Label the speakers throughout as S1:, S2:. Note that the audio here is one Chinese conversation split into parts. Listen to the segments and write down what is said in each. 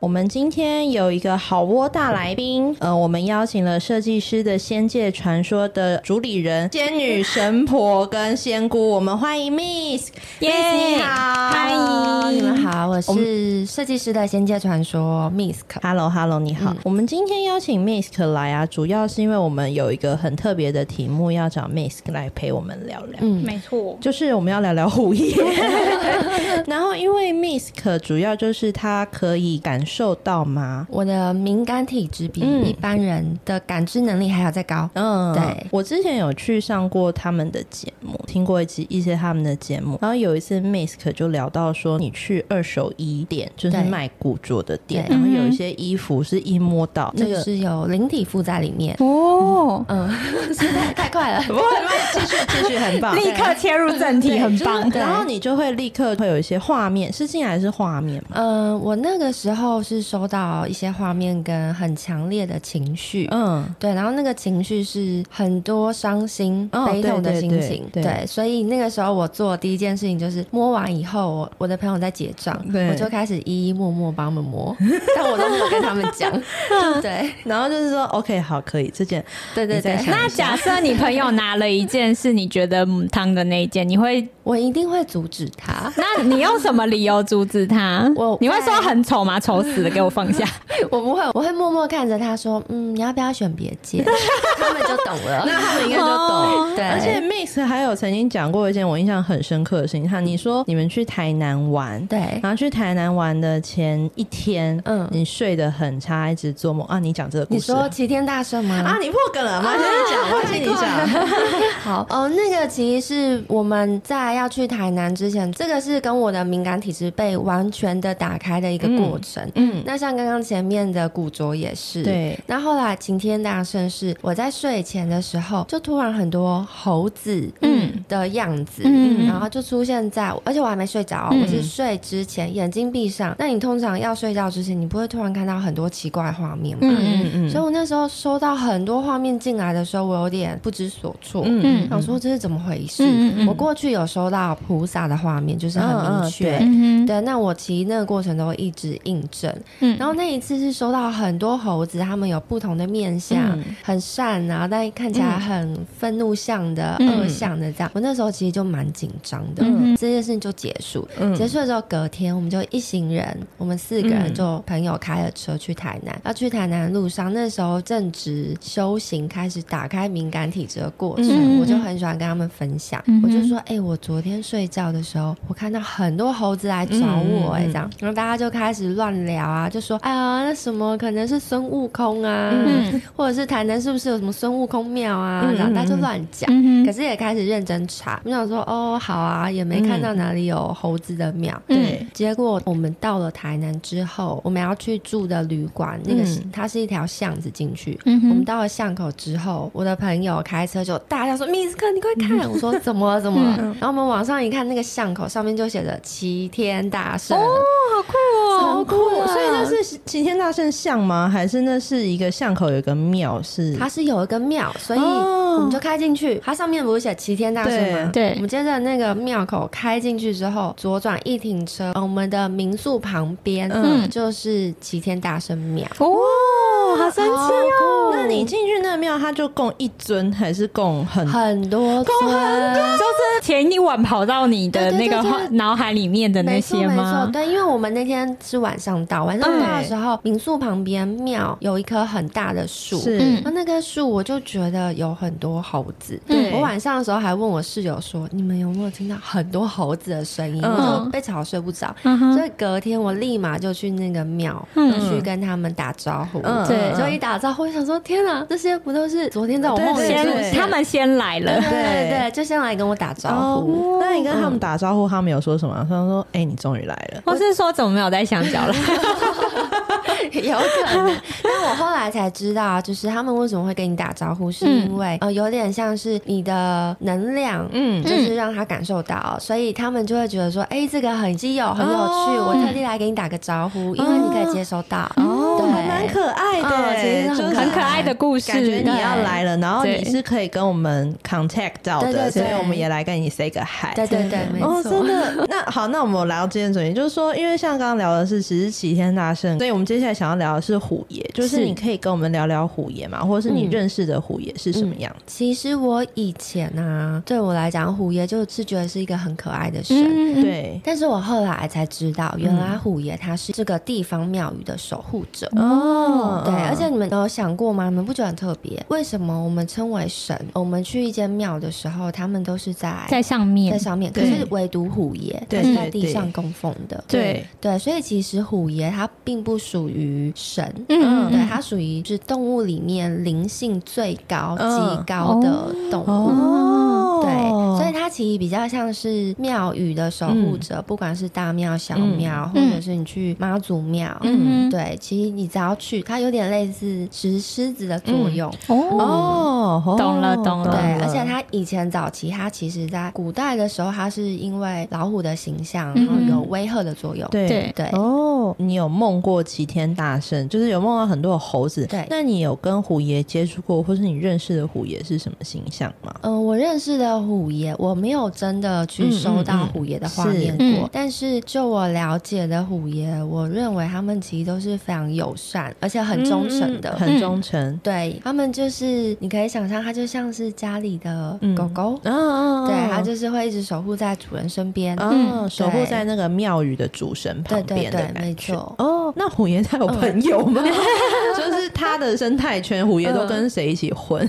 S1: 我们今天有一个好窝大来宾，呃，我们邀请了设计师的《仙界传说》的主理人仙女神婆跟仙姑，我们欢迎 Miss，
S2: 耶
S1: Miss，你好
S2: 嗨
S1: Hello，你们好。
S3: 好，我
S1: 我
S3: 是设计师的《仙界传说》Misk。嗯
S1: Hello Hello，你好。我们今天邀请 Misk 来啊，主要是因为我们有一个很特别的题目要找 Misk 来陪我们聊聊。
S3: 嗯，
S2: 没错，
S1: 就是我们要聊聊虎爷， 然后因为 Misk 主要就是他可以感受到吗？
S3: 我的敏感体质比
S1: 嗯
S3: 一般人的感知能力还要再高。
S1: 嗯，
S3: 对
S1: 我之前有去上过他们的节目，听过一集一些他们的节目，然后有一次 Misk 就聊到说，你去二手衣店，就是
S3: 对
S1: 卖古着的店，
S3: 对
S1: 然后有一些衣服是一摸到这
S3: 这
S1: 个
S3: 个。是有灵体附在里 面。
S2: 哦，
S3: 嗯，是太太快 了。
S1: 不会，不会继续继续，很 棒。
S2: 立刻切入正题，很棒。
S3: 对
S1: 然后你就会立刻会有一些画面，是进来是画面嘛？
S3: 嗯、我那个时候是收到一些画面跟很强烈的情绪。
S1: 嗯，
S3: 对，然后那个情绪是很多伤心、
S1: 哦
S3: 悲痛的
S1: 对对
S3: 心
S1: 对
S3: 情，
S1: 对
S3: 所以那个时候我做的第一件事情就是摸完以后，我我的朋友在结账，
S1: 对
S3: 我就开始一一默默帮他们 摸，但我都没有跟他们讲，对
S1: 然后就是说，OK，好，可以，这件
S3: 对对
S1: 你在
S3: 对，
S1: 想
S2: 那假设你朋友拿了一件是你觉得母汤的那一件，你会，，
S3: 我一定会阻止他
S2: 那你用什么理由阻止他？
S3: 我
S2: 你会说很丑吗？丑死了，给我放下。
S3: 我不会，我会默默看着他说，嗯，你要不要选别 件？他们就懂了，哦
S1: 那他们应该就懂。
S3: 对，
S1: 而且 Mix 还有曾经讲过一件我印象很深刻的事情，他你说你们去台南玩，
S3: 对，
S1: 然后去台南玩的前一天，嗯
S3: 嗯，
S1: 你睡得很差，一直做梦啊。你讲这个故
S3: 你
S1: 事
S3: 说齐天大圣吗？
S1: 啊，你破梗了吗？现在讲，忘记你讲。
S3: 好，呃，那个其实是我们在要去台南之前，这个是跟我的敏感体质被完全的打开的一个过程。
S1: 嗯，
S3: 那像刚刚前面的古着也是，。
S1: 对，
S3: 那后来晴天大圣是我在睡前的时候，就突然很多猴子
S2: 嗯
S3: 嗯的样子，
S2: 嗯
S3: 然后就出现在我，而且我还没睡着哦、
S1: 嗯
S3: 我是睡之前眼睛闭上。那你通常要睡觉之前，你不会突然看到很多奇怪的画面吗？
S1: 嗯嗯
S3: 所以我那时候收到很多画面进来的时候，我有点不知所措。
S1: 嗯
S2: 嗯
S3: 想说这是怎么回事？
S2: 嗯嗯嗯
S3: 我过去有收到菩萨的画面，就是很明确。
S1: 嗯
S2: 嗯哼，
S3: 对，那我其实那个过程都会一直印证。
S2: 嗯
S3: 然后那一次是收到很多猴子，他们有不同的面相，
S1: 嗯
S3: 很善啊，但看起来很愤怒相的、
S2: 嗯
S3: 恶相的这样。我那时候其实就蛮紧张的，
S2: 嗯
S3: 这件事情就结束。
S1: 嗯
S3: 结束了之后，隔天我们就一行人，我们四个
S1: 嗯
S3: 人就朋友开了车去台南。要去台南的路上，那时候正值修行开始打开敏感体质的过程，
S2: 嗯
S3: 我就很喜欢跟他们分享。
S2: 嗯
S3: 我就说，哎、我昨天睡觉的时候，我看到很多猴子来找我、哎、
S1: 嗯嗯
S3: 这
S1: 嗯
S3: 样，然后大家就开始乱聊啊，就说，哎呀，那什么可能是孙悟空啊，
S2: 嗯
S3: 或者是台南是不是有什么孙悟空庙啊？
S1: 嗯嗯
S3: 然后大家就
S1: 嗯
S3: 乱讲。
S2: 嗯
S3: 可
S2: 哼，
S3: 是也开始认真查，我想说哦，好啊，也没看到哪里有猴子的庙。
S1: 对，
S3: 结果我们到了台南之后，我们要去住的旅馆，那个是、
S1: 嗯
S3: 它是一条巷子进去。
S2: 嗯
S3: 我们
S2: 哼，
S3: 到了巷口之后，我的朋友开车就大叫说：“米斯克，你快看！”我说：“怎么了？怎么了？”然后我们往上一看，那个巷口上面就写着“齐天大圣”，
S2: 好酷哦，
S3: 超酷的！
S1: 所以那是齐天大圣像吗？还是那是一个巷口有一个庙是？
S3: 它是有一个庙，所以
S1: 嗯哦
S3: 我们就开进去。它上面不是写齐天大圣吗？
S2: 对对
S3: 我们接着那个庙口开进去之后，左转一停车，呃我们的民宿旁边，
S2: 嗯
S3: 嗯，就是齐天大圣庙。
S2: 哦，好神奇哦。
S1: 那你进去那个庙，它就供一尊还是供很
S3: 很多尊，
S2: 就是前一晚跑到你的
S3: 对
S2: 那
S3: 对
S2: 个
S3: 对
S2: 画
S3: 就是
S2: 脑海里面的那
S3: 没错
S2: 些
S3: 没错，
S2: 吗？
S3: 对，因为我们那天是晚上到，晚上到的时候，民宿旁边庙有一棵很大的树，
S1: 是？
S2: 嗯
S3: 那那棵树我就觉得有很多猴子，
S1: 对
S3: 我晚上的时候还问我室友说：“你们有没有听到很多猴子的声音？”
S1: 嗯
S3: 我就被吵睡不着。
S2: 嗯哼
S3: 所以隔天我立马就去那个庙、
S2: 嗯
S3: 去跟他们打招呼。
S1: 嗯
S2: 对
S3: 就一打招呼，我想说：“天哪，这些不都是昨天在我梦里
S1: 对
S3: 出
S2: 先
S1: 对
S3: 现？”
S2: 他们先来了
S3: 对。对
S1: 对
S3: 对对，就先来跟我打招呼。
S1: 哦那你跟他们打招呼，他们有说什么？他们说：“哎、你终于来了。
S2: 或是说怎么没有带香蕉了？
S3: 有可能。但我后来才知道，就是他们为什么会跟你打招呼，是
S2: 嗯
S3: 因为、呃，有点像是你的能量，
S1: 嗯
S3: 嗯，就是让他感受到，所以他们就会觉得说，哎、这个很稀有，很有趣，
S1: 哦
S3: 我特地来给你打个招呼，因为你可以接收到。”
S1: 哦哦，
S3: 对
S1: 还蛮可爱
S3: 嗯
S1: 的
S3: 其实
S1: 耶，
S3: 很
S1: 就是
S2: 很可爱的故事，
S1: 感觉你
S2: 对
S1: 要来了，然后
S2: 对
S1: 你是可以跟我们 contact 到
S3: 对
S1: 的，
S3: 对
S1: 所以
S3: 对
S1: 我们也来跟你 say 个 hi。
S3: 对对对，没
S1: 哦，真
S3: 错。
S1: 的。那好，那我们聊今天的主题，就是说，因为像刚刚聊的是只是齐天大圣，所以我们接下来想要聊的是虎爷，就是
S2: 是
S1: 你可以跟我们聊聊虎爷嘛，或者是你
S3: 嗯
S1: 认识的虎爷是什么样子？
S3: 其实我以前啊，对我来讲，虎爷就是觉得是一个很可爱的神。
S2: 嗯，嗯
S1: 对，
S3: 但是我后来才知道，原来
S1: 嗯
S3: 虎爷他是这个地方庙宇的守护
S2: 嗯
S3: 者。
S1: 哦
S3: 嗯对，而且你们有想过吗？你们不觉得很特别？为什么我们称为神？我们去一间庙的时候，他们都是在
S2: 在上面
S3: 在，上面，可
S1: 对
S3: 是唯独虎爷他
S1: 对
S3: 是在
S1: 对
S3: 地上供奉的。
S1: 对
S3: 对，所以其实虎爷它并不属于神。
S2: 嗯，
S3: 对，它属于是动物里面灵性最高、极
S1: 嗯
S3: 高的动物。
S1: 哦，
S3: 对，所以它其实比较像是庙宇的守护者，不管是大庙、小庙，
S2: 嗯
S3: 或者是你去妈祖庙。
S2: 嗯，
S3: 对，其实你只要去，它有点类似石狮子的作用，
S2: 哦，
S1: 哦，哦
S2: 懂了懂了
S3: 对，而且它以前早期，它其实在古代的时候，它是因为老虎的形象，然后
S2: 嗯
S3: 有威吓的作用，
S1: 对
S2: 对
S3: 对，
S1: 哦，你有梦过齐天大圣，就是有梦到很多的猴子。
S3: 对
S1: 那你有跟虎爷接触过，或是你认识的虎爷是什么形象吗？
S3: 嗯，我认识的虎爷，我没有真的去
S1: 嗯
S3: 收到
S1: 嗯嗯
S3: 虎爷的画面
S2: 是
S3: 过，
S2: 嗯
S3: 但是就我了解的虎爷，我认为他们其实都是非常友善，而且很忠诚的。
S1: 嗯很忠诚。
S3: 对他们就是，你可以想象，它就像是家里的
S1: 嗯
S3: 狗狗，
S1: 嗯嗯，嗯
S3: 对，它就是会一直守护在主人身边。
S1: 嗯，
S2: 嗯
S1: 守护在那个庙宇的主神
S3: 对
S1: 旁
S3: 对
S1: 边的
S3: 对，
S1: 感
S3: 没
S1: 觉。
S3: 错。
S1: 哦，那虎爷他有朋友吗？ 就是他的生态圈，虎爷都
S3: 哦嗯
S1: 跟谁一起混？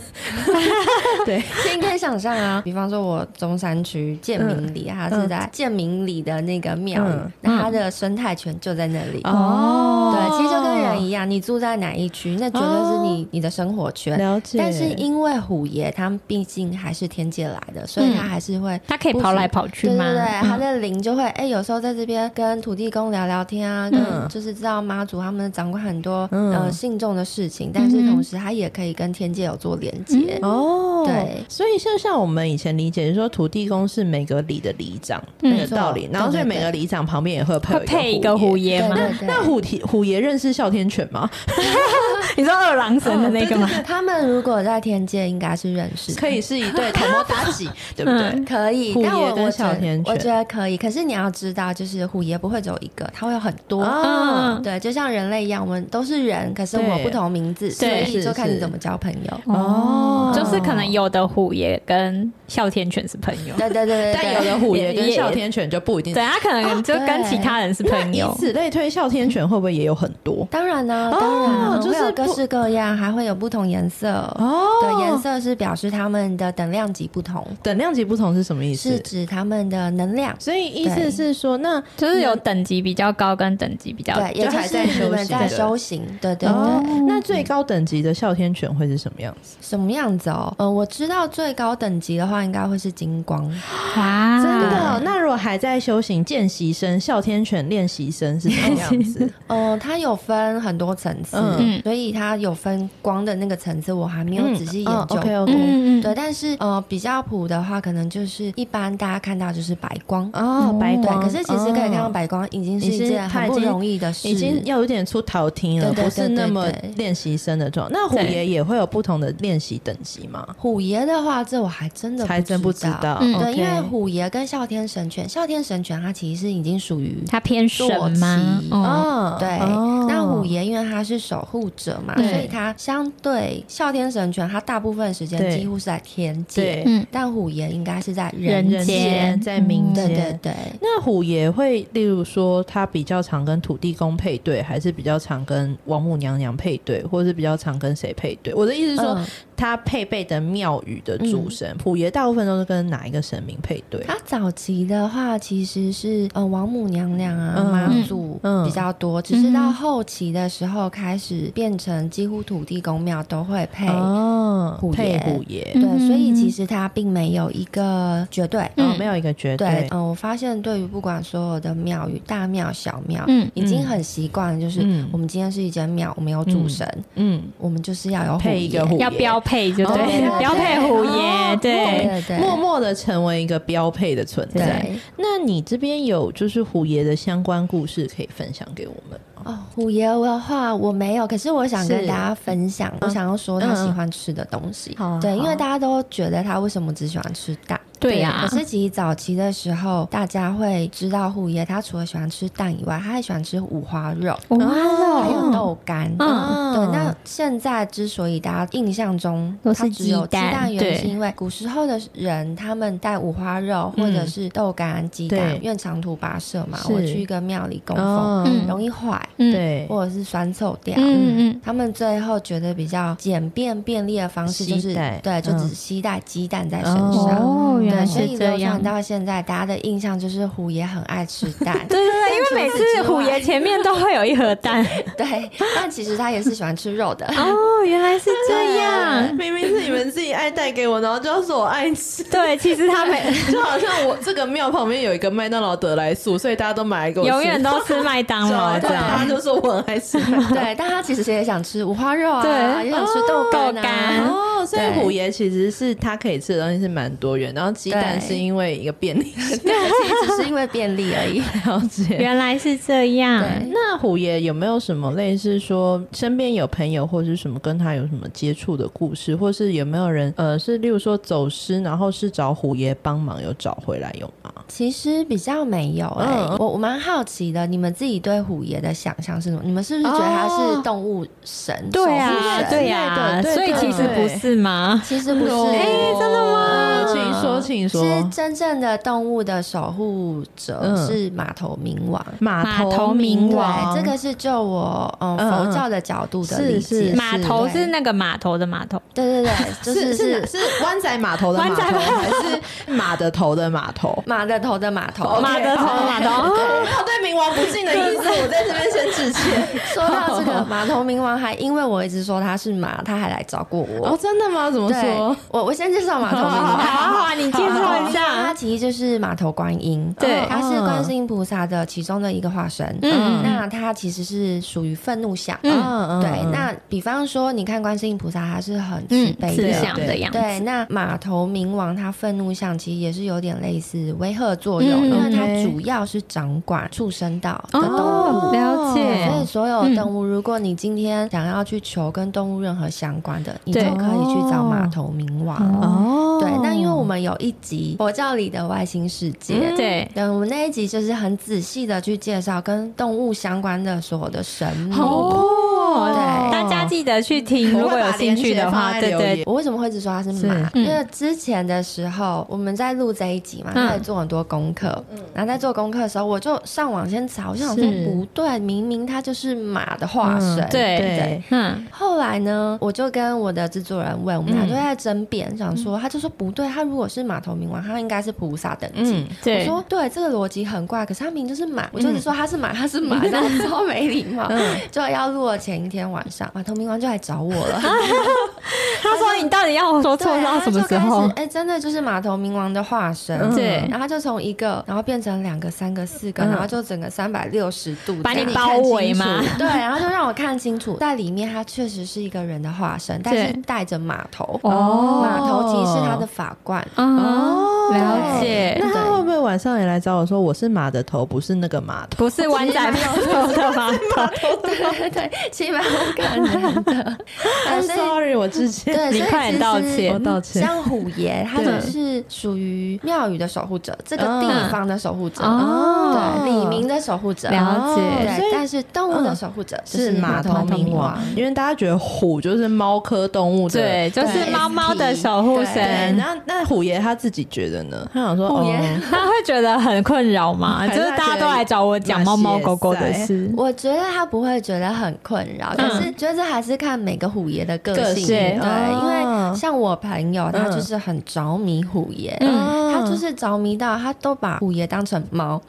S1: 对，
S3: 所以你可以想象啊，比方说我中山区建明里，啊它是在建明里的那个庙宇
S1: 嗯，
S3: 那它的生态圈就在那里。
S1: 哦
S3: 对，其实就跟人一样，你住在哪一区，那绝对是你、你的生活圈。
S1: 哦了解，
S3: 但是因为虎爷他们毕竟还是天界来的，
S1: 嗯
S3: 所以他还是会。
S2: 它可以跑来跑去
S3: 对
S2: 吗？
S3: 对对，
S2: 嗯
S3: 他的灵就会哎、有时候在这边跟土地公聊聊天啊，
S1: 嗯
S3: 跟就是知道妈祖他们掌管很多、
S1: 嗯
S3: 呃信众的事情，但是
S2: 嗯哼
S3: 同时他也可以跟天界有做连接。
S1: 哦，
S3: 对
S1: 所以就像我们以前理解，就是说土地公是每个里的里长
S2: 嗯
S1: 那个道理，
S3: 没错
S1: 然后所以
S3: 对对
S1: 每个里长旁边也会
S2: 会配一个
S1: 虎
S2: 虎
S1: 爷。
S2: 爷吗？
S3: 对
S1: 那
S3: 对
S1: 那虎提虎爷认识哮天犬吗？
S2: 你知道二郎神的那个吗？
S3: 他们如果在天界应该是认识的，
S1: 可以是一对头毛妲己，对不对？
S3: 可以，
S1: 虎
S3: 但
S1: 爷
S3: 我
S1: 跟
S3: 我
S1: 哮
S3: 觉得
S1: 天
S3: 我
S1: 犬
S3: 觉得可以。可是你要知道，就是虎爷不会只有一个，它会有很多。
S1: 啊
S2: 嗯
S3: 哦对，就像人类一样，我们都是人，可是我
S1: 对
S3: 不同名字，所
S2: 对
S3: 以
S1: 是
S3: 就看你
S1: 是
S3: 怎么交朋友。
S1: 哦
S2: 嗯就是可能有的虎爷跟哮天犬是朋友，
S3: 对对对对
S1: 但有
S3: 对，
S1: 的虎爷跟
S2: 也也
S1: 哮天犬就不一定。
S2: 对，他可能就跟其他人是朋
S1: 以
S2: 友。
S1: 此类推，哮天犬会不会也有很多？
S3: 当然呢，
S1: 哦
S3: 当然啊
S1: 就是
S3: 会有各
S1: 不
S3: 式各样，还会有不同颜色。
S1: 哦
S3: 对，颜色是表示它们的等量级不同，
S1: 等量级不同是什么意
S3: 是
S1: 思？
S3: 指它们的能量。
S1: 所以意思是说，那
S2: 就是有等级比较高跟等级比较
S3: 对，也
S1: 就
S3: 就
S1: 还在
S3: 是你
S1: 修
S3: 们
S1: 行
S3: 在
S1: 的
S3: 修行，对对
S1: 哦
S3: 对。
S1: 那最高等级的哮天犬会是什么样子？
S3: 什么样子哦？呃，我知道最高等级的话，应该会是金 光。
S2: 哇，
S1: 真
S3: 嗯
S1: 的？哦那如果还在修行见习生、哮天犬练习生是什么 样子？
S3: 呃，它有分很多层次，
S1: 嗯
S3: 所以它有分光的那个层次，我还没有仔细研究。
S1: OK OK。
S2: 嗯嗯
S3: 对，但是呃，比较普的话，可能就是一般大家看到就是白光。
S1: 哦，白
S3: 对，
S1: 光。
S3: 可是其实可以看到
S1: 哦，
S3: 白光已经是
S1: 你
S3: 一
S1: 是
S3: 件
S1: 它
S3: 很
S1: 已
S3: 不
S1: 经
S3: 容易的事，
S1: 已经要有点出头听了，
S3: 对对
S1: 不
S3: 对
S1: 是那么
S3: 对对
S1: 练习生的状态。那虎
S2: 对
S1: 爷也会有不同的练习等级吗？
S3: 虎爷的话，这我还真的
S1: 还真不知道。
S2: 嗯
S3: 对，
S1: ，OK
S3: 因为虎爷跟哮天神犬，哮天神犬它其实是已经属于
S2: 他偏神吗
S3: 坐骑？
S2: 哦，
S1: 哦，
S3: 嗯对，
S1: 哦
S3: 那虎爷因为他是守护者嘛，所
S2: 对
S3: 以他相对哮天神犬，他大部分时间
S1: 对
S3: 几乎是在天界，
S1: 对
S2: 嗯，
S3: 但虎爷应该是在人
S2: 人
S3: 嗯
S1: 人间
S2: 间
S1: 在民
S3: 对
S1: 间
S3: 对对，
S1: 那虎爷会，例如说，他比较常跟土地公配对，还是比较常跟王母娘娘配对，或是比较常跟谁配对？我的意思是说，
S3: 嗯
S1: 他配备的庙宇的主神，
S2: 嗯
S1: 虎爷大部分都是跟哪一个神明配对？
S3: 他早期的话其实是呃王母娘娘啊、
S1: 嗯
S3: 妈祖
S1: 嗯
S3: 比较多，只是到后期的时候开始变成几乎土地公庙都会配。
S1: 哦，
S3: 虎爷
S1: 配虎爷，
S3: 对，
S2: 嗯
S3: 所以其实他并没有一个绝对，
S1: 哦，
S2: 嗯
S1: 没有一个绝
S3: 对，嗯、
S1: 对。
S3: 我发现对于不管所有的庙宇，大庙、小庙，
S2: 嗯
S3: 已经很习惯，就是
S1: 嗯
S3: 我们今天是一间庙，我们有主神，
S1: 嗯，
S3: 我们就是要有
S1: 配一个虎爷
S2: 要标配就对
S1: 哦
S3: 啊
S2: 了，标配虎
S1: 哦
S2: 爷，
S3: 对
S2: 对，
S3: 对对，
S1: 默默的成为一个标配的存在。
S3: 对
S1: 那你这边有就是虎爷的相关故事可以分享给我们吗？
S3: 哦，虎爷的话我没有，可是我想跟
S1: 是
S3: 大家分享，我想要说他
S1: 嗯嗯
S3: 喜欢吃的东西。
S1: 好啊
S3: 对，
S1: 好
S3: 因
S1: 啊
S3: 为大家都觉得他为什么只喜欢吃蛋？
S2: 对呀
S3: 啊可是其实早期的时候，大家会知道虎爷他除了喜欢吃蛋以外，他还喜欢吃五花肉，
S2: 哇
S1: 哦
S3: 还有
S2: 哦，
S3: 豆干。
S2: 嗯
S3: 对，那现在之所以大家印象中
S2: 都
S3: 它
S2: 是
S3: 只有
S2: 鸡
S3: 鸡
S2: 蛋
S3: 蛋，原
S2: 对
S3: 因是因为古时候的人他们带五花肉或者
S1: 嗯
S3: 是豆干、鸡蛋
S1: 对，
S3: 因为长途跋涉嘛，
S1: 是
S3: 我去一个庙里供奉，
S1: 哦，
S2: 嗯
S3: 容易坏。
S2: 嗯，
S1: 对，
S3: 或者是酸臭掉。
S2: 嗯嗯
S3: 他们最后觉得比较简便便利的方式就是
S1: 携
S3: 对，
S1: 带
S3: 就
S1: 嗯
S3: 只携带鸡蛋在身
S2: 嗯，
S3: 上。
S2: 哦，原
S3: 对，
S2: 来
S3: 所
S2: 是
S3: 以
S2: 这
S3: 流
S2: 样。
S3: 传。到现在，大家的印象就是虎爷很爱吃蛋
S2: 对对对，因为 每次虎爷前面都会有一盒 蛋。
S3: 对，但其实他也是喜欢吃肉的。
S2: 哦，原来是这 样。
S1: 明明是你们自己爱带给我，然后就要说我爱吃。
S2: 对，其实 他每
S1: 就好像我这个庙旁边有一个麦当劳得来速，所以大家都买来给我吃。
S2: 永远都吃麦当 劳
S1: 对，
S2: 这
S1: 他
S2: 样。
S1: 就说我很爱吃麦 当劳。
S3: 对，但他其实也想吃五花肉啊，
S2: 对
S3: 也想吃豆干
S2: 豆干
S3: 啊。
S1: 哦，所以
S3: 对
S1: 虎爷其实是他可以吃的东西是蛮多元，然后鸡蛋
S3: 对
S1: 是因为一个便利性
S3: 对，其实只是因为便利而已。
S1: 了解。
S2: 原来是这样。
S3: 对
S1: 那虎爷有没有什么类似说身边有朋友或是什么跟他有什么接触的故事，或是有没有人呃是例如说走失，然后是找虎爷帮忙有找回来有吗？
S3: 其实比较没有哎、
S1: 嗯
S3: 我我蛮好奇的，你们自己对虎爷的想象是什么？你们是不是觉得他是动物神？
S2: 对
S3: 守
S2: 啊
S3: 护，神
S2: 对呀，
S1: 哦对对
S2: 所以其实不是吗？
S3: 其实不是，
S1: 哎真的吗？请说，请
S3: 是
S1: 说。
S3: 真正的动物的守护者
S1: 嗯
S3: 是马头冥王。
S1: 码
S2: 码头冥
S1: 王，
S3: 对，这个是就我嗯
S1: 嗯嗯
S3: 佛教的角度的
S1: 是
S3: 理
S1: 是
S3: 解。
S2: 码头
S3: 对
S2: 是那个码头的码头，
S3: 对对对，就是
S1: 是是是湾仔码头的码
S2: 湾仔
S1: 头，
S2: 码头
S1: 还是马的头的码头？
S3: 马的头的马头。
S2: 马的头的码头。
S1: 我没有哦对冥王不敬的意思，我在这边先致歉。
S3: 说到这个马头冥王，还因为我一直说他是马，他还来找过我
S1: 哦，。真的吗？怎么
S3: 对
S1: 说？，
S3: 我我先介绍马头冥
S2: 好好
S3: 王。
S2: 好好，你介绍一
S3: 它
S2: 下。
S3: 其实就是马头观音，
S2: 对
S3: 它是观世音菩萨的其中的一个化身。
S2: 嗯
S3: 那它其实是属于愤怒相。
S2: 嗯
S1: 嗯
S3: 对，那比方说，你看观世音菩萨，他是很慈
S2: 嗯，
S3: 悲
S2: 慈
S3: 的。
S2: 祥的样子。
S3: 对，那马头冥王他愤怒相其实也是有点类似威吓作用，
S2: 嗯
S3: 因为它
S1: OK
S3: 主要是掌管畜生道的动物。
S2: 哦，了
S3: 对所以
S2: 解。
S3: 所有动
S1: 嗯
S3: 物，如果你今天想要去求跟动物任何相关的，你都
S2: 对
S3: 可以去找马头冥王。
S2: 哦
S1: 哦
S3: 对，那因为我们有一集佛教里的外星世
S1: 嗯
S3: 界。
S2: 对，
S3: 对，我们那一集就是很仔细的去介绍跟动物相关的所有的神明。
S1: 好酷哦，
S3: 对
S2: 大家记得去听，
S1: 我
S2: 如
S1: 会
S2: 果
S1: 把
S2: 有兴趣的话，对
S1: 链接放在留
S2: 对
S1: 言
S3: 我为什么会一直说它是
S1: 是
S3: 马？
S2: 嗯
S3: 因为之前的时候我们在录这一集嘛，
S2: 嗯
S3: 在做很多功课，然后在做功课的时候，我就上网先查，我就想说
S1: 是
S3: 不对，明明它就是马的化身，
S1: 嗯
S2: 对
S1: 对，
S2: 嗯，
S3: 后来呢，我就跟我的制作人问，我们俩
S1: 嗯
S3: 就在争辩，想说他就说不对，他如果是马头冥王，他应该是菩萨等级。
S1: 嗯，
S3: 我
S2: 对。
S3: 说对，这个逻辑很怪，可是他明明就是马，我就是说他是马，他是马，然后超没礼貌。就要录的前一天晚上，马头冥王就来找我了。
S2: 他说你到底要我说
S3: 对，
S2: 错
S3: 然
S1: 啊
S2: 到
S3: 后
S2: 什么
S3: 就
S2: 时
S3: 开
S2: 候
S3: 始？哎，真的就是马头冥王的化身。
S1: 嗯
S2: 对
S3: 然后他就从一个，然后变成两个、三个、四个，
S1: 嗯
S3: 然后就整个三百六十度
S2: 把
S3: 这
S2: 你
S3: 样
S2: 包围吗？
S3: 对，然后就让我看清楚，在里面他确实是一个人的化身，但是
S2: 对
S3: 戴着马头，
S1: 哦
S3: 马头其实是他的法冠。
S2: 哦，了解，
S1: 嗯那他会不会晚上也来找我说我是马的头，不是那个马头？
S2: 不是湾仔码头的 码头，
S3: 对对 对，其实蛮有可 能的。
S1: I'm
S3: 呃所以
S1: sorry，我之前
S3: 对，
S2: 你
S3: 所以
S2: 快
S3: 其
S2: 点道
S3: 实
S2: 歉
S1: 我道歉
S3: 像虎爷，他
S1: 对
S3: 就是属于庙宇的守护者，这个地
S1: 嗯
S3: 方的守护者，
S2: 哦
S3: 对，李明的守护者，
S2: 了解
S1: 哦所
S3: 对，
S1: 以
S3: 但是动物的守护者就是
S1: 马头冥王，因为大家觉得虎就是猫科动物的，
S2: 对，就是
S3: 对
S2: 猫猫的守护
S1: 对。
S2: 神。
S1: 那那虎爷他自己觉得呢？他想说，
S3: 虎爷
S1: 哦
S2: 他会觉得很困扰吗？
S1: 还
S2: 就是是
S1: 他
S2: 大家都来找我讲猫猫狗狗的事，
S3: 我觉得他不会觉得很困扰，可是觉得这还是看每个虎爷的个
S1: 嗯个
S3: 性。
S1: 性
S3: 对，
S1: 哦
S3: 因为像我朋友，他
S1: 嗯
S3: 就是很着迷虎爷，
S1: 嗯
S3: 他就是 着迷到他都把虎爷当成猫，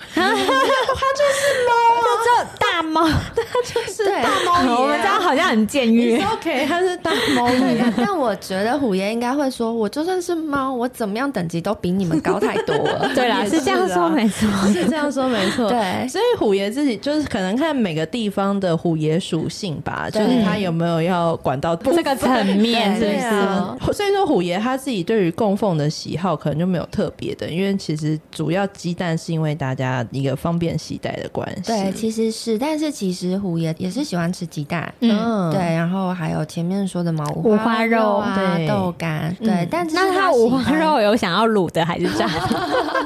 S2: 就大大猫，
S1: 就是
S3: 对
S1: 大猫爷啊，
S2: 我们这 样好像很僭越。
S1: 也。OK，它是大猫
S3: 对
S1: 爷。
S3: 但但我觉得虎爷应该会说，我就算是猫，我怎么样等级都比你们高太多了
S2: 对啦，
S1: 也是
S2: 是这样说
S1: 啊
S2: 没错。
S1: 是这样说没错，
S3: 对
S1: 所以虎爷自己就是可能看每个地方的虎爷属性吧，就
S3: 对
S1: 是他有没有要管到
S2: 这个 层面是
S3: 对
S2: 不
S3: 对啊
S2: 是？
S1: 所以说虎爷他自己对于供奉的喜好可能就没有特别的，因为其实主要鸡蛋是因为大家一个方便携带的关系。
S3: 对，其实是，但是其实虎爷也是喜欢吃鸡蛋。
S2: 嗯，
S1: 嗯
S3: 对，，然后还有前面说的嘛，
S2: 五
S3: 五
S2: 花
S3: 花
S2: 肉
S3: 啊，
S1: 对
S3: 豆干，对，
S1: 嗯
S3: 但是
S2: 那他
S3: 他
S2: 五
S3: 喜
S2: 花
S3: 欢，
S2: 肉有想要卤的还是炸的？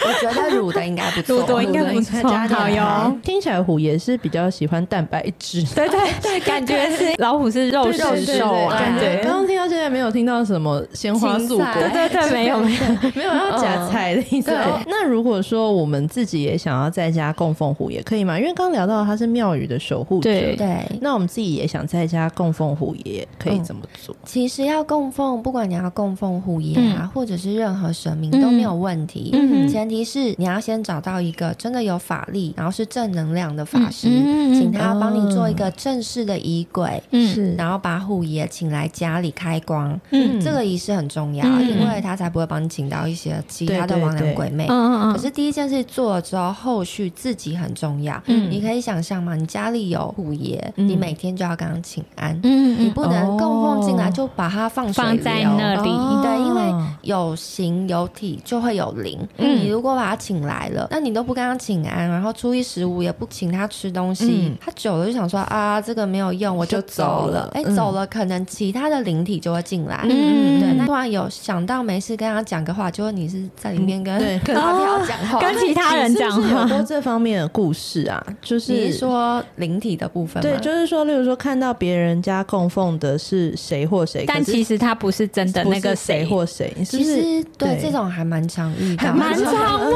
S3: 我觉得卤的应该不错，
S2: 卤的应该不错，好哟。
S1: 听起来虎爷是比较喜欢蛋白质。
S2: 对对对，感觉是老虎是肉
S1: 对对
S2: 食
S1: 对
S2: 兽啊，
S1: 对
S3: 感
S1: 对刚刚听到现在没有听到什么鲜花素果，
S3: 青
S2: 对
S3: 菜
S2: 对对，没有没有。
S1: 没有要夹菜的意思。
S3: 嗯对
S1: 那如果说我们自己也想要在家供奉虎爷，可以吗？因为刚聊到他是庙宇的守护者，
S2: 对
S3: 对，
S1: 那我们自己也想在家供奉虎爷，可以怎么做？
S3: 其实要供奉，不管你要供奉虎爷啊，或者是任何神明都没有问题。
S2: 嗯嗯
S3: 前提是你要先找到一个真的有法力，然后是正能量的法师，
S2: 嗯嗯嗯
S3: 请他帮你做一个正式的仪轨。
S2: 嗯
S3: 然后把虎爷请来家里开光，
S2: 嗯
S3: 这个仪式很重要，
S2: 嗯嗯嗯
S3: 因为他才不会帮你请到一些其他的
S1: 对对
S3: 亡
S1: 对
S3: 灵鬼魅。
S2: 嗯
S3: 可是第一件事做了之后，后续自己很重要。
S2: 嗯
S3: 你可以想象嘛，你家里有虎爷，
S1: 嗯
S3: 你每天就要跟他请安，
S2: 嗯
S3: 你不能供奉进来
S1: 哦
S3: 就把它放水
S2: 放在
S3: 流
S2: 那里
S1: 哦
S3: 对，因为有形有体就会有灵。
S2: 嗯
S3: 你如果把它请来了，那你都不跟他请安，然后初一十五也不请他吃东西，
S1: 嗯
S3: 他久了就想说啊，这个没有用，我就
S1: 就走
S3: 走
S1: 了
S3: 了。哎、
S1: 嗯
S3: 走了，可能其他的灵体就会进来。
S2: 嗯
S3: 对，那突然有想到没事跟他讲个话，结果你是在里面跟、
S1: 嗯对
S3: 跟发票讲 话，
S2: 跟其他人讲
S1: 你是不是有
S2: 话，
S1: 过这方面的故事啊，就
S3: 你
S1: 是
S3: 是。说灵体的部分吗？
S1: 对，就是说，例如说，看到别人家供奉的是谁或谁，
S2: 但
S1: 可是
S2: 其实他不是真的
S1: 不
S2: 那
S1: 是
S2: 个
S1: 谁
S2: 谁，
S1: 或谁，你是
S3: 其
S1: 不是
S3: 实对
S1: 对
S3: 这种还蛮常遇到
S1: 还
S3: 的，
S2: 蛮
S1: 常
S2: 长啊，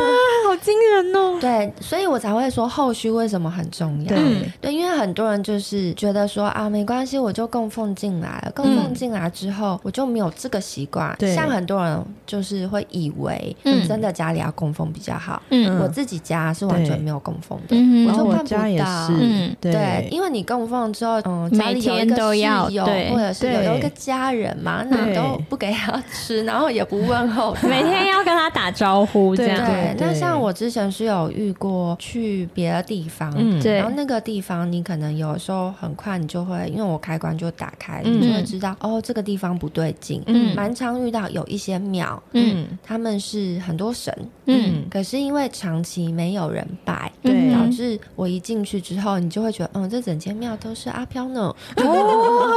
S2: 好惊人哦。
S3: 对，所以我才会说后续为什么很重要。嗯
S1: 对
S3: 对，因为很多人就是觉得说啊，没关系，我就供奉进来了，供
S2: 嗯
S3: 奉进来之后，我就没有这个习惯。
S1: 对
S3: 像很多人就是会以为，
S2: 嗯
S3: 真的家里要供奉比较好。
S2: 嗯
S3: 我自己家是完全没有供奉的，
S2: 嗯
S3: 我
S1: 然后
S3: 就
S1: 我
S3: 看
S1: 家也
S3: 不
S1: 是
S3: 到。
S2: 嗯，
S3: 对，
S1: 对，
S3: 因为你供奉之后，嗯，家
S2: 每
S3: 里有一
S2: 天
S3: 个
S2: 都
S3: 室
S2: 要
S3: 友
S2: 对
S3: 或者是
S1: 对
S3: 有一个家人嘛，那你
S1: 对
S3: 都不给他吃，然后也不问 候他，
S2: 每天要跟他打招呼这样。
S3: 对，
S1: 对
S3: 那像我之前是有遇过去别的地方，
S1: 嗯
S2: 对
S3: 然后那个地方你可能有时候很快你就会，因为我开关就打开，
S1: 嗯
S3: 你就会知道哦这个地方不对劲。
S2: 嗯
S3: 蛮常遇到有一些庙，
S2: 嗯
S3: 他们是很多神，
S2: 嗯
S1: 嗯，
S3: 可是因为长期没有人拜。
S1: 对
S2: 嗯
S3: 导致我一进去之后，你就会觉得，嗯，这整间庙都是阿飘呢。
S2: 哦，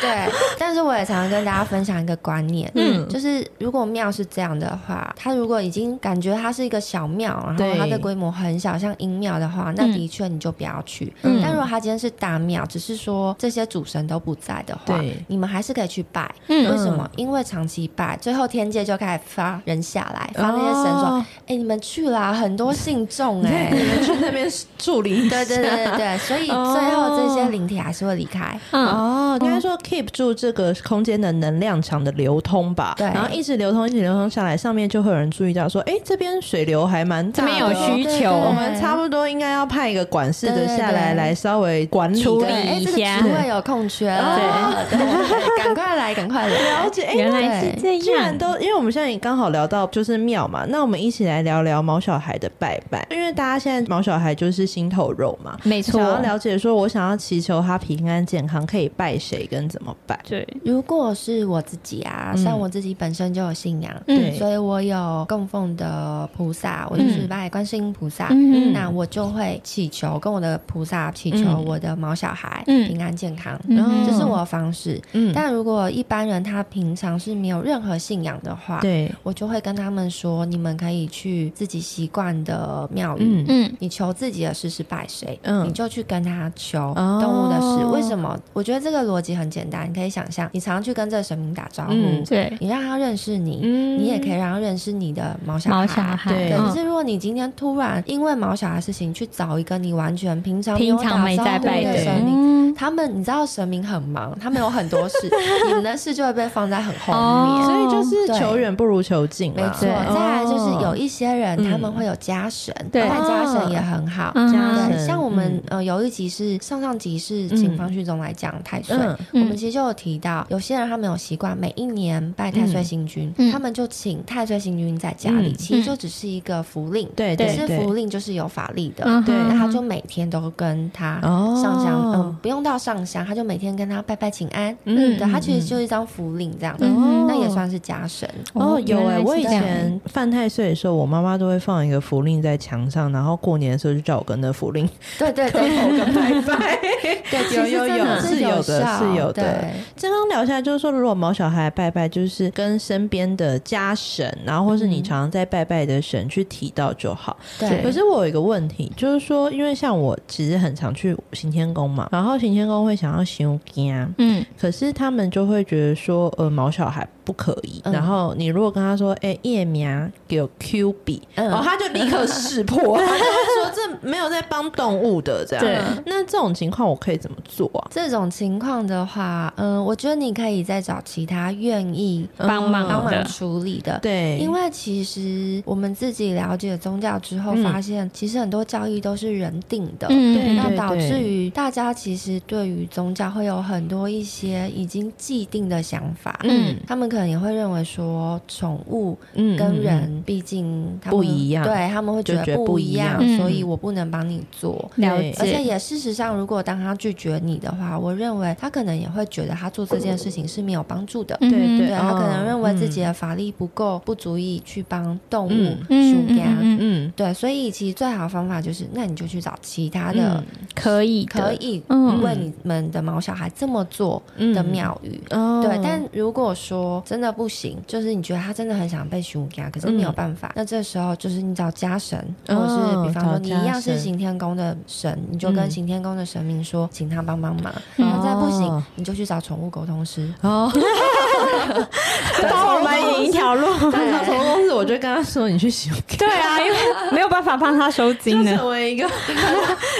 S3: 对，但是我也常常跟大家分享一个观念，
S2: 嗯
S3: 就是如果庙是这样的话，它如果已经感觉它是一个小庙，然后
S1: 对
S3: 它的规模很小，像阴庙的话，那的确你就不要去。
S1: 嗯
S3: 但如果它今天是大庙，只是说这些主神都不在的话
S1: 对，
S3: 你们还是可以去拜。
S2: 嗯
S3: 为什么？因为长期拜，最后天界就开始发人下来，发那些神说：“哎、
S1: 哦
S3: 你们去啦，很多信众
S1: 你
S3: 哎、
S1: 看你们去那边处理一下
S3: 对 对对对对，所以最后这些灵体还是会离开。
S2: 嗯，
S1: 哦，应该说 keep 住这个空间的能量场的流通吧，
S3: 对
S1: 然后一直流通，一直流通下来，上面就会有人注意到说，哎、这边水流还蛮
S2: 这
S1: 大的
S2: 边
S1: 哦，
S2: 有需
S3: 对
S2: 求，
S1: 我们差不多应该要派一个管事的下来，
S3: 对对对
S1: 来稍微管理
S2: 处
S1: 一
S2: 理
S1: 下
S3: 对，哎，
S2: 一
S3: 这个
S2: 下
S3: 职位有空缺了，对，对赶快来，赶快来
S1: 了。解，哎、
S2: 原
S1: 那
S2: 来是这
S1: 居然
S2: 样。
S1: 都，因为我们现在也刚好聊到就是庙嘛，那我们一起来聊聊毛小孩的拜拜，因为大家现在毛小孩就是心头肉嘛，
S2: 没
S1: 想要
S2: 错，
S1: 了解说我想要祈求他平安健康，可以拜谁跟怎么拜？
S2: 对，
S3: 如果是我自己啊，
S1: 嗯
S3: 像我自己本身就有信仰，
S1: 对嗯
S3: 所以我有供奉的菩萨，我就是拜观世音菩萨。
S2: 嗯
S3: 那我就会祈求，跟我的菩萨祈求
S1: 嗯
S3: 我的毛小孩
S2: 嗯
S3: 平安健康，
S2: 嗯
S1: 哼
S3: 这是我的方式。
S1: 嗯，
S3: 但如果一般人他平常是没有任何信仰的话，
S1: 对，
S3: 我就会跟他们说，你们可以去自己习惯的庙宇，
S1: 嗯
S2: 嗯
S3: 你求自己的事是拜谁，
S1: 嗯
S3: 你就去跟他求
S1: 哦
S3: 动物的事。为什么？我觉得这个逻辑很简单，你可以想象，你常去跟这个神明打招呼，
S1: 嗯
S2: 对，
S3: 你让他认识你，
S1: 嗯
S3: 你也可以让他认识你的毛小孩。
S2: 毛小孩，对
S1: 对
S3: 对，
S2: 嗯
S3: 可是如果你今天突然因为毛小孩的事情去找一个你完全平常
S2: 平常没
S3: 有
S2: 在
S3: 打招呼的
S2: 拜
S1: 对
S2: 的
S3: 神明，
S2: 嗯
S3: 他们你知道神明很忙，他们有很多事，你们的事就会被放在很后
S2: 哦
S3: 面。
S1: 所以就是
S3: 对
S1: 求远不如求近
S3: 没
S1: 啦，哦
S3: 错，
S2: 对哦
S3: 再来就是有
S1: 一
S3: 一些人
S1: 嗯
S3: 他们会有家神，
S2: 对
S3: 但家神也很好。
S2: 嗯
S1: 家
S2: 啊
S1: 神
S3: 对，像我们
S1: 嗯
S3: 呃有一集是上上集是请方旭中来讲太岁，
S1: 嗯
S3: 我们其实就有提到，有些人他们有习惯每一年拜太岁星君，
S2: 嗯
S3: 他们就请太岁星君在家里，
S1: 嗯
S3: 其实就只是一个符令，
S1: 对
S3: 只
S1: 对
S3: 是
S1: 对
S3: 符令就是有法力的，
S2: 嗯哼
S1: 对
S3: 那他就每天都跟他
S1: 哦
S3: 上香，嗯、不用到上香，他就每天跟他拜拜请安，嗯，
S1: 嗯
S3: 对他其实就是一张符令这样子，
S2: 嗯
S3: 那也算是家神，
S1: 哦，有哎、
S2: 原来是
S1: 我以
S2: 这样
S1: 前犯太岁的时候，我妈妈都会放一个符令在墙上，然后过年的时候就叫我跟那符令
S3: 对对
S1: 跟
S3: 对
S1: 头跟拜拜。
S3: 对，其
S1: 有
S3: 实
S1: 有
S3: 真的
S1: 有
S3: 是
S1: 是有的
S3: 效
S1: 是有的
S3: 对
S1: 刚刚聊下来，就是说，如果毛小孩拜拜，就是跟身边的家神，然后或是你
S3: 嗯
S1: 常常在拜拜的神去提到就好。
S3: 对，
S1: 可是我有一个问题，就是说，因为像我其实很常去行天宫嘛，然后行天宫会想要行家，
S2: 嗯
S1: 可是他们就会觉得说，呃，毛小孩不可以。
S3: 嗯
S1: 然后你如果跟他说，哎、夜苗有 Q 币，
S3: 嗯
S1: 然后他就立刻识破，他就会说这没有在帮动物的这
S2: 对
S1: 样。那这种情况我可以怎么做啊？
S3: 这种情况的话，嗯、我觉得你可以再找其他愿意嗯
S2: 帮忙
S3: 帮
S2: 好的
S3: 忙处理的。
S1: 对，
S3: 因为其实我们自己了解宗教之后，
S1: 嗯
S3: 发现其实很多教义都是人定的，
S1: 对
S2: 嗯
S3: 那
S1: 对
S3: 导致于大家其实对于宗教会有很多一些已经既定的想法，
S1: 嗯
S3: 他们可能也会认为说宠物
S1: 嗯
S3: 跟
S1: 嗯
S3: 人毕竟他们
S1: 不一样
S3: 对他们会觉
S1: 就觉
S3: 得
S1: 得不
S3: 不
S1: 一
S3: 一
S1: 样
S3: 样，
S2: 嗯
S3: 所以我不能帮你做。
S2: 了
S1: 对
S3: 而且
S2: 解，
S3: 也事实上，如果当他拒绝你的话，我认为他可能也会觉得他做这件事情是没有帮助的。
S2: 嗯
S1: 对
S3: 对他可
S1: 哦
S3: 能认为自己
S1: 嗯
S3: 的法力不够，不足以去帮动物
S2: 嗯
S3: 舒
S2: 嗯
S3: 压。
S2: 嗯嗯
S1: 嗯
S3: 对，所以其实最好的方法就是，那你就去找其他的、
S2: 嗯可以的
S3: 可，以
S2: 嗯
S3: 为你们的毛小孩这么做
S1: 嗯
S3: 的庙宇。
S1: 哦
S3: 对，但如果说真的不行，就是你觉得他真的很想被寻家，可是没有办法，那这时候就是你找家神，
S1: 嗯哦
S3: 或者是比方
S1: 找
S3: 说你一
S1: 家
S3: 样
S1: 神
S3: 是行天宫的神，你就跟
S1: 嗯
S3: 行天宫的神明说，请他帮帮忙。
S2: 嗯
S3: 那再不
S1: 哦
S3: 行，你就去找宠物沟通 师。
S1: 哦，
S2: 帮我们引一条路。
S1: 他到宠物公司，我就跟他说你去洗，
S2: 对啊，因为没有办法帮他收
S1: 就
S2: 金呢，
S1: 成为一个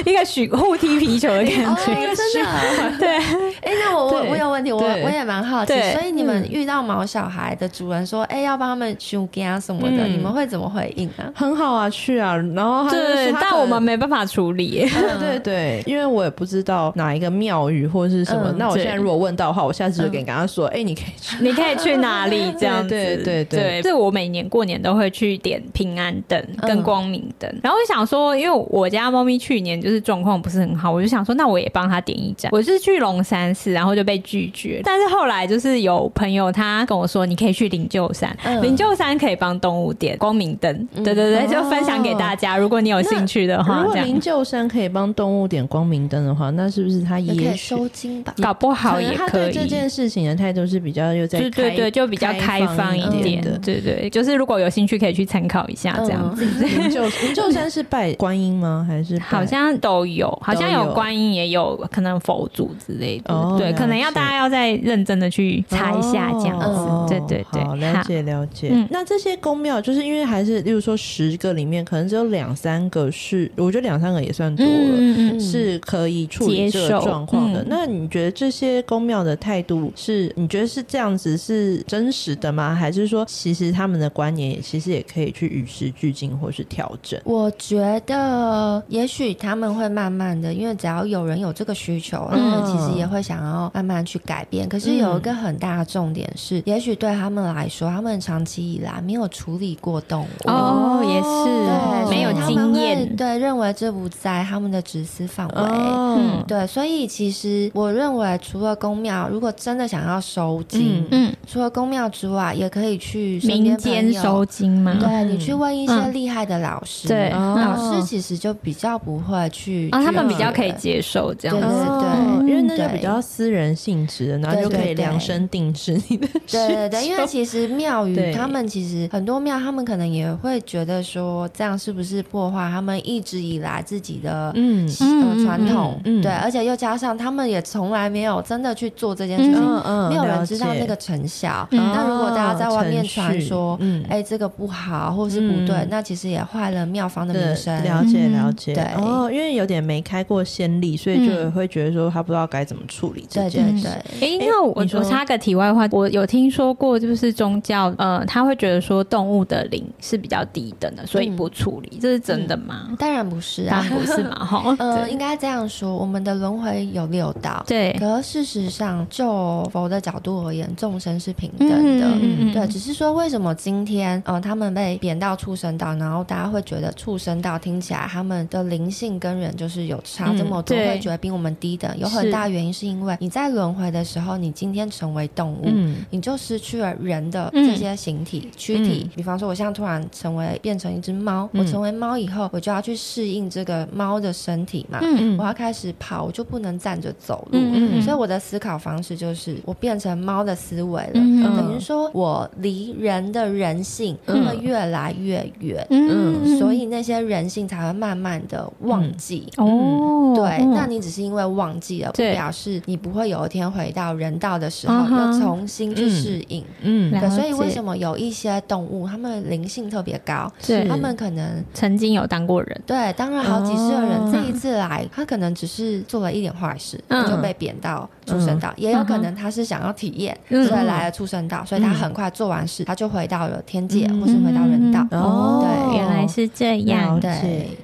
S2: 一个许互踢皮球的感
S3: 哦，
S2: 觉。
S3: 真的，
S2: 对，
S3: 哎、那我我
S1: 对
S3: 我有问题，我
S1: 对
S3: 我也蛮好奇
S2: 对，
S3: 所以你们遇到毛小孩的主人说，哎、要帮他们修家什么的，
S1: 嗯
S3: 你们会怎么回应啊？
S1: 很好啊，去啊，然后他就说
S2: 对，
S1: 他
S2: 但
S1: 可
S2: 我
S1: 能
S2: 们没办法处理。
S1: 对对对，因为我也不知道哪一个庙宇或是什么。
S3: 嗯
S1: 那我现在
S2: 对
S1: 如果问到的话，我下次就给你跟他说，哎、你可以去。
S2: 你可以去哪里？这样子，
S1: 对对对
S2: 对，
S1: 对
S2: 是我每年过年都会去点平安灯跟
S3: 嗯
S2: 光明灯。然后我想说，因为我家猫咪去年就是状况不是很好，我就想说，那我也帮它点一盏。我是去龙山寺，然后就被拒绝。但是后来就是有朋友他跟我说，你可以去灵鹫山，
S3: 嗯
S2: 灵鹫山可以帮动物点光明灯。
S3: 嗯
S2: 对对对，
S1: 哦
S2: 就分享给大家，如果你有兴趣的话
S1: 如，果
S2: 这
S1: 灵
S2: 样
S1: 鹫山可以帮动物点光明灯的话，那是不是他
S3: 也可
S1: 也
S3: 以
S1: 许
S3: 收金吧。
S2: 搞不好
S1: 可能
S2: 也
S1: 他
S2: 可
S1: 对
S2: 以。
S1: 这件事情的态度是比较又在
S2: 对对
S1: 开
S2: 对，就比较开放一
S1: 一
S2: 点，
S1: 的。
S2: 对对，就是如果有兴趣可以去参考一下这
S1: 嗯
S2: 样子。
S1: 灵鹫灵鹫山是拜观音吗？还是拜
S2: 好像都有，好像
S1: 都有
S2: 有观音，也有可能佛祖之类的，
S1: 哦
S2: 对，
S1: 了
S2: 可能要
S1: 解
S2: 大家要再认真的去查一下这样子，
S1: 哦
S2: 对对对，
S1: 好了解了解。
S2: 嗯
S1: 那这些宫庙就是因为还是，例如说十个里面，可能只有两三个是，我觉得两三个也算多了。
S2: 嗯嗯嗯，
S3: 嗯
S1: 是可以处理这
S2: 接
S1: 个
S2: 受
S1: 状况的。
S2: 嗯
S1: 那你觉得这些公庙的态度是？你觉得是这样子是真实的吗？还是说其实他们的观念也其实也可以去与时俱进或是调整？
S3: 我觉得也许他们会慢慢的，因为只要有人有这个需求，他
S2: 嗯
S3: 们其实也会想要慢慢去改变。可是有一个很大的重点
S2: 嗯
S3: 是，也许对他们来说，他们长期以来没有处理过动物。
S2: 哦，也
S1: 对
S2: 是没有
S3: 所以他
S2: 经
S3: 们会
S2: 验，
S3: 对，认为这不在他们的职司范围。
S1: 嗯
S2: 嗯
S3: 对，所以其实我认为，除了公庙，如果真的想要收金，
S1: 嗯
S2: 嗯，
S3: 除了公庙之外，也可以去身
S2: 民
S3: 边朋友
S2: 间收。金嘛，
S3: 对
S1: 嗯
S3: 你去问一些
S2: 嗯
S3: 厉害的老师，
S2: 对
S1: 哦
S3: 老师其实就比较不会去，
S2: 啊，他们
S3: 拒
S2: 比较
S3: 绝
S2: 可以接受这样
S3: 对
S2: 子，
S3: 对
S1: 哦因为那就
S3: 对
S1: 比较私人性质的，然后
S3: 对
S1: 就可以
S3: 对对
S1: 量身定制你的事
S3: 对对对，因为其
S1: 情
S3: 实庙宇
S1: 对
S3: 他们其实很多庙，他们可能也会觉得说这样是不是破坏他们一直以来自己的
S1: 嗯
S3: 习呃传统？
S1: 嗯嗯嗯
S3: 对，而且又加上他们也从来没有真的去做这件事情，
S1: 嗯嗯
S3: 没有人
S1: 了
S3: 知道
S1: 解
S3: 那个成效。
S2: 嗯
S3: 那如果大家在外面
S1: 哦
S3: 传
S1: 程序
S3: 说，
S1: 嗯
S3: 哎、这个不好或是不对，
S1: 嗯
S3: 那其实也坏了庙方的
S1: 对
S3: 名声。
S1: 了解
S2: 嗯
S1: 了解，
S3: 对
S1: 哦，因为有点没开过先例，所以就
S2: 嗯
S1: 会觉得说他不知道该怎么处理这
S3: 对
S1: 件
S3: 对
S1: 事。
S3: 对，
S2: 诶，那我我
S1: 你说
S2: 插个题外话，我有听说过，就是宗教，呃，他会觉得说动物的灵是比较低等的，所以不处理，这是真的吗？
S3: 当然不是
S2: 当
S3: 啊
S2: 然。不是嘛，哈，
S3: 呃，
S2: 对
S3: 应该这样说，我们的轮回有六道，
S2: 对，
S3: 可事实上，就佛的角度而言，众生是平等
S2: 嗯
S3: 的。
S2: 嗯嗯
S3: 对，只是说为什么今天，呃，他们被贬到畜生道，然后大家会觉得畜生道听起来他们的灵性跟人就是有差这么多，
S2: 嗯对
S3: 会觉得比我们低等，有很
S2: 是
S3: 大原因是因为你在轮回的时候，你今天成为动物。
S1: 嗯，
S3: 你就失去了人的这些形体、躯体，比方说，我现在突然成为变成一只猫，
S1: 嗯
S3: 我成为猫以后，我就要去适应这个猫的身体嘛，
S2: 嗯
S3: 我要开始跑，我就不能站着走路，
S2: 嗯嗯嗯
S3: 所以我的思考方式就是我变成猫的思维了，
S2: 嗯
S3: 等于说我离人的人性
S1: 嗯
S3: 会越来越远，
S1: 嗯
S3: 所以嗯那些人性才会慢慢的忘记。
S2: 哦，
S3: 对，
S2: 嗯
S3: 那你只是因为忘记了，不
S2: 对
S3: 表示你不会有一天回到人道的时候
S2: 啊哈
S3: 又重新去适应。
S1: 嗯
S2: 了
S3: 对，所以为
S2: 解
S3: 什么有一些动物，它们灵性特别高，
S2: 对
S3: 它们可能
S2: 曾经有当过人，
S3: 对，当然好几十个人、
S1: 哦
S3: 这一次来，他可能只是做了一点坏事，
S2: 嗯
S3: 就被贬到畜生道，也有可能他是想要体验，
S2: 嗯
S3: 所以来了畜生道，所以他很快做完事，他就回到了天界、或是
S2: 嗯
S3: 回到人道。
S1: 哦
S3: 对
S2: 原来是这
S1: 了
S2: 样，
S1: 解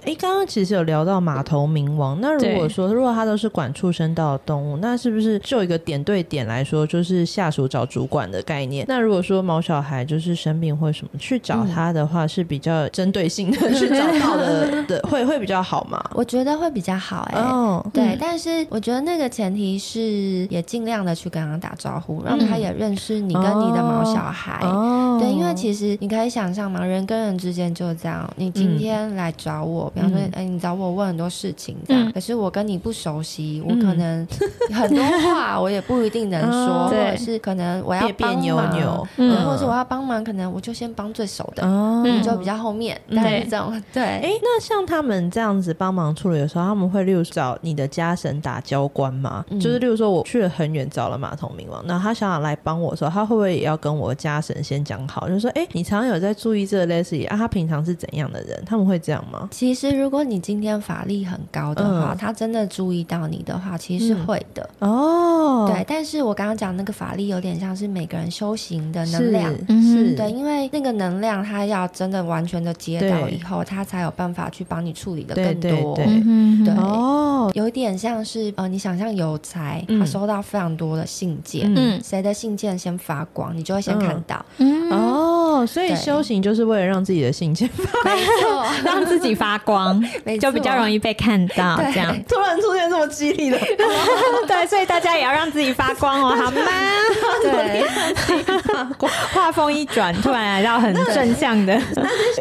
S3: 对。
S1: 哎，刚刚其实有聊到码头冥王，那如果
S2: 对
S1: 说如果他都是管畜生道的动物，那是不是就一个点对点来说，就是下属找主管的概念？那如果说毛小孩就是生病或什么去找他的话，是比较针对性的去找到的 的，会会比较好吗？
S3: 我觉得会比较好哎、
S1: 哦，
S3: 对
S2: 嗯，
S3: 但是我觉得那个前提是也尽量的去跟他打招呼，让他也认识你跟你的毛小孩。
S1: 哦
S3: 对，因为其实你可以想象嘛，人跟人之间就是这样。你今天来找我，比方说
S1: 嗯，
S3: 哎，你找我问很多事情这样，
S2: 嗯
S3: 可是我跟你不熟悉，我
S1: 嗯
S3: 可能很多话我也不一定能
S1: 哦
S3: 说，或者
S2: 对
S3: 是可能我要
S1: 别别
S3: 帮
S1: 扭
S3: 忙，
S1: 扭，
S2: 嗯
S3: 对，或者是我要帮忙，可能我就先帮最熟的，
S1: 哦，
S3: 你
S2: 嗯
S3: 就比较后面，
S1: 嗯
S3: 大概是这种。对，
S1: 哎，那像他们这样子帮忙处理的时候，他们会例如找你的家神打交关吗？
S3: 嗯
S1: 就是例如说我去了很远找了马桶冥王，那他想要来帮我的时候，他会不会也要跟我的家神先讲好，就说哎，你常常有在注意这个 Leslie 啊，他平常是怎样的人？他们会这样吗？
S3: 其实如果你今天法力很高的话，
S1: 嗯
S3: 他真的注意到你的话，其实是
S1: 嗯
S3: 会的。
S1: 哦，
S3: 对，但是我刚刚讲那个法力有点像是每个人修行的
S1: 是，
S3: 能量。
S1: 是，
S2: 嗯
S3: 对，，因为那个能量它要真的完全的接到以后，它才有办法去帮你处理的更
S1: 对对
S3: 多。
S1: 对
S2: 嗯
S3: 对
S1: 哦，
S3: 有一点像是呃，你想象邮差，
S1: 嗯
S3: 他收到非常多的信件，
S1: 嗯
S2: 嗯
S3: 谁的信件先发光，你就会先看到。
S2: 嗯，哦，
S1: 哦，所以
S3: 对
S1: 修行就是为了让自己的性情
S3: 没错，
S2: 让自己发光，
S3: 没错，
S2: 就比较容
S3: 易。
S2: 易被看到，
S3: 对
S2: 这样。
S1: 突然出现这么激励的，
S2: 对，所以大家也要让自己发光哦，好吗？
S3: 对，
S2: 话锋一转，突然来到很正向的。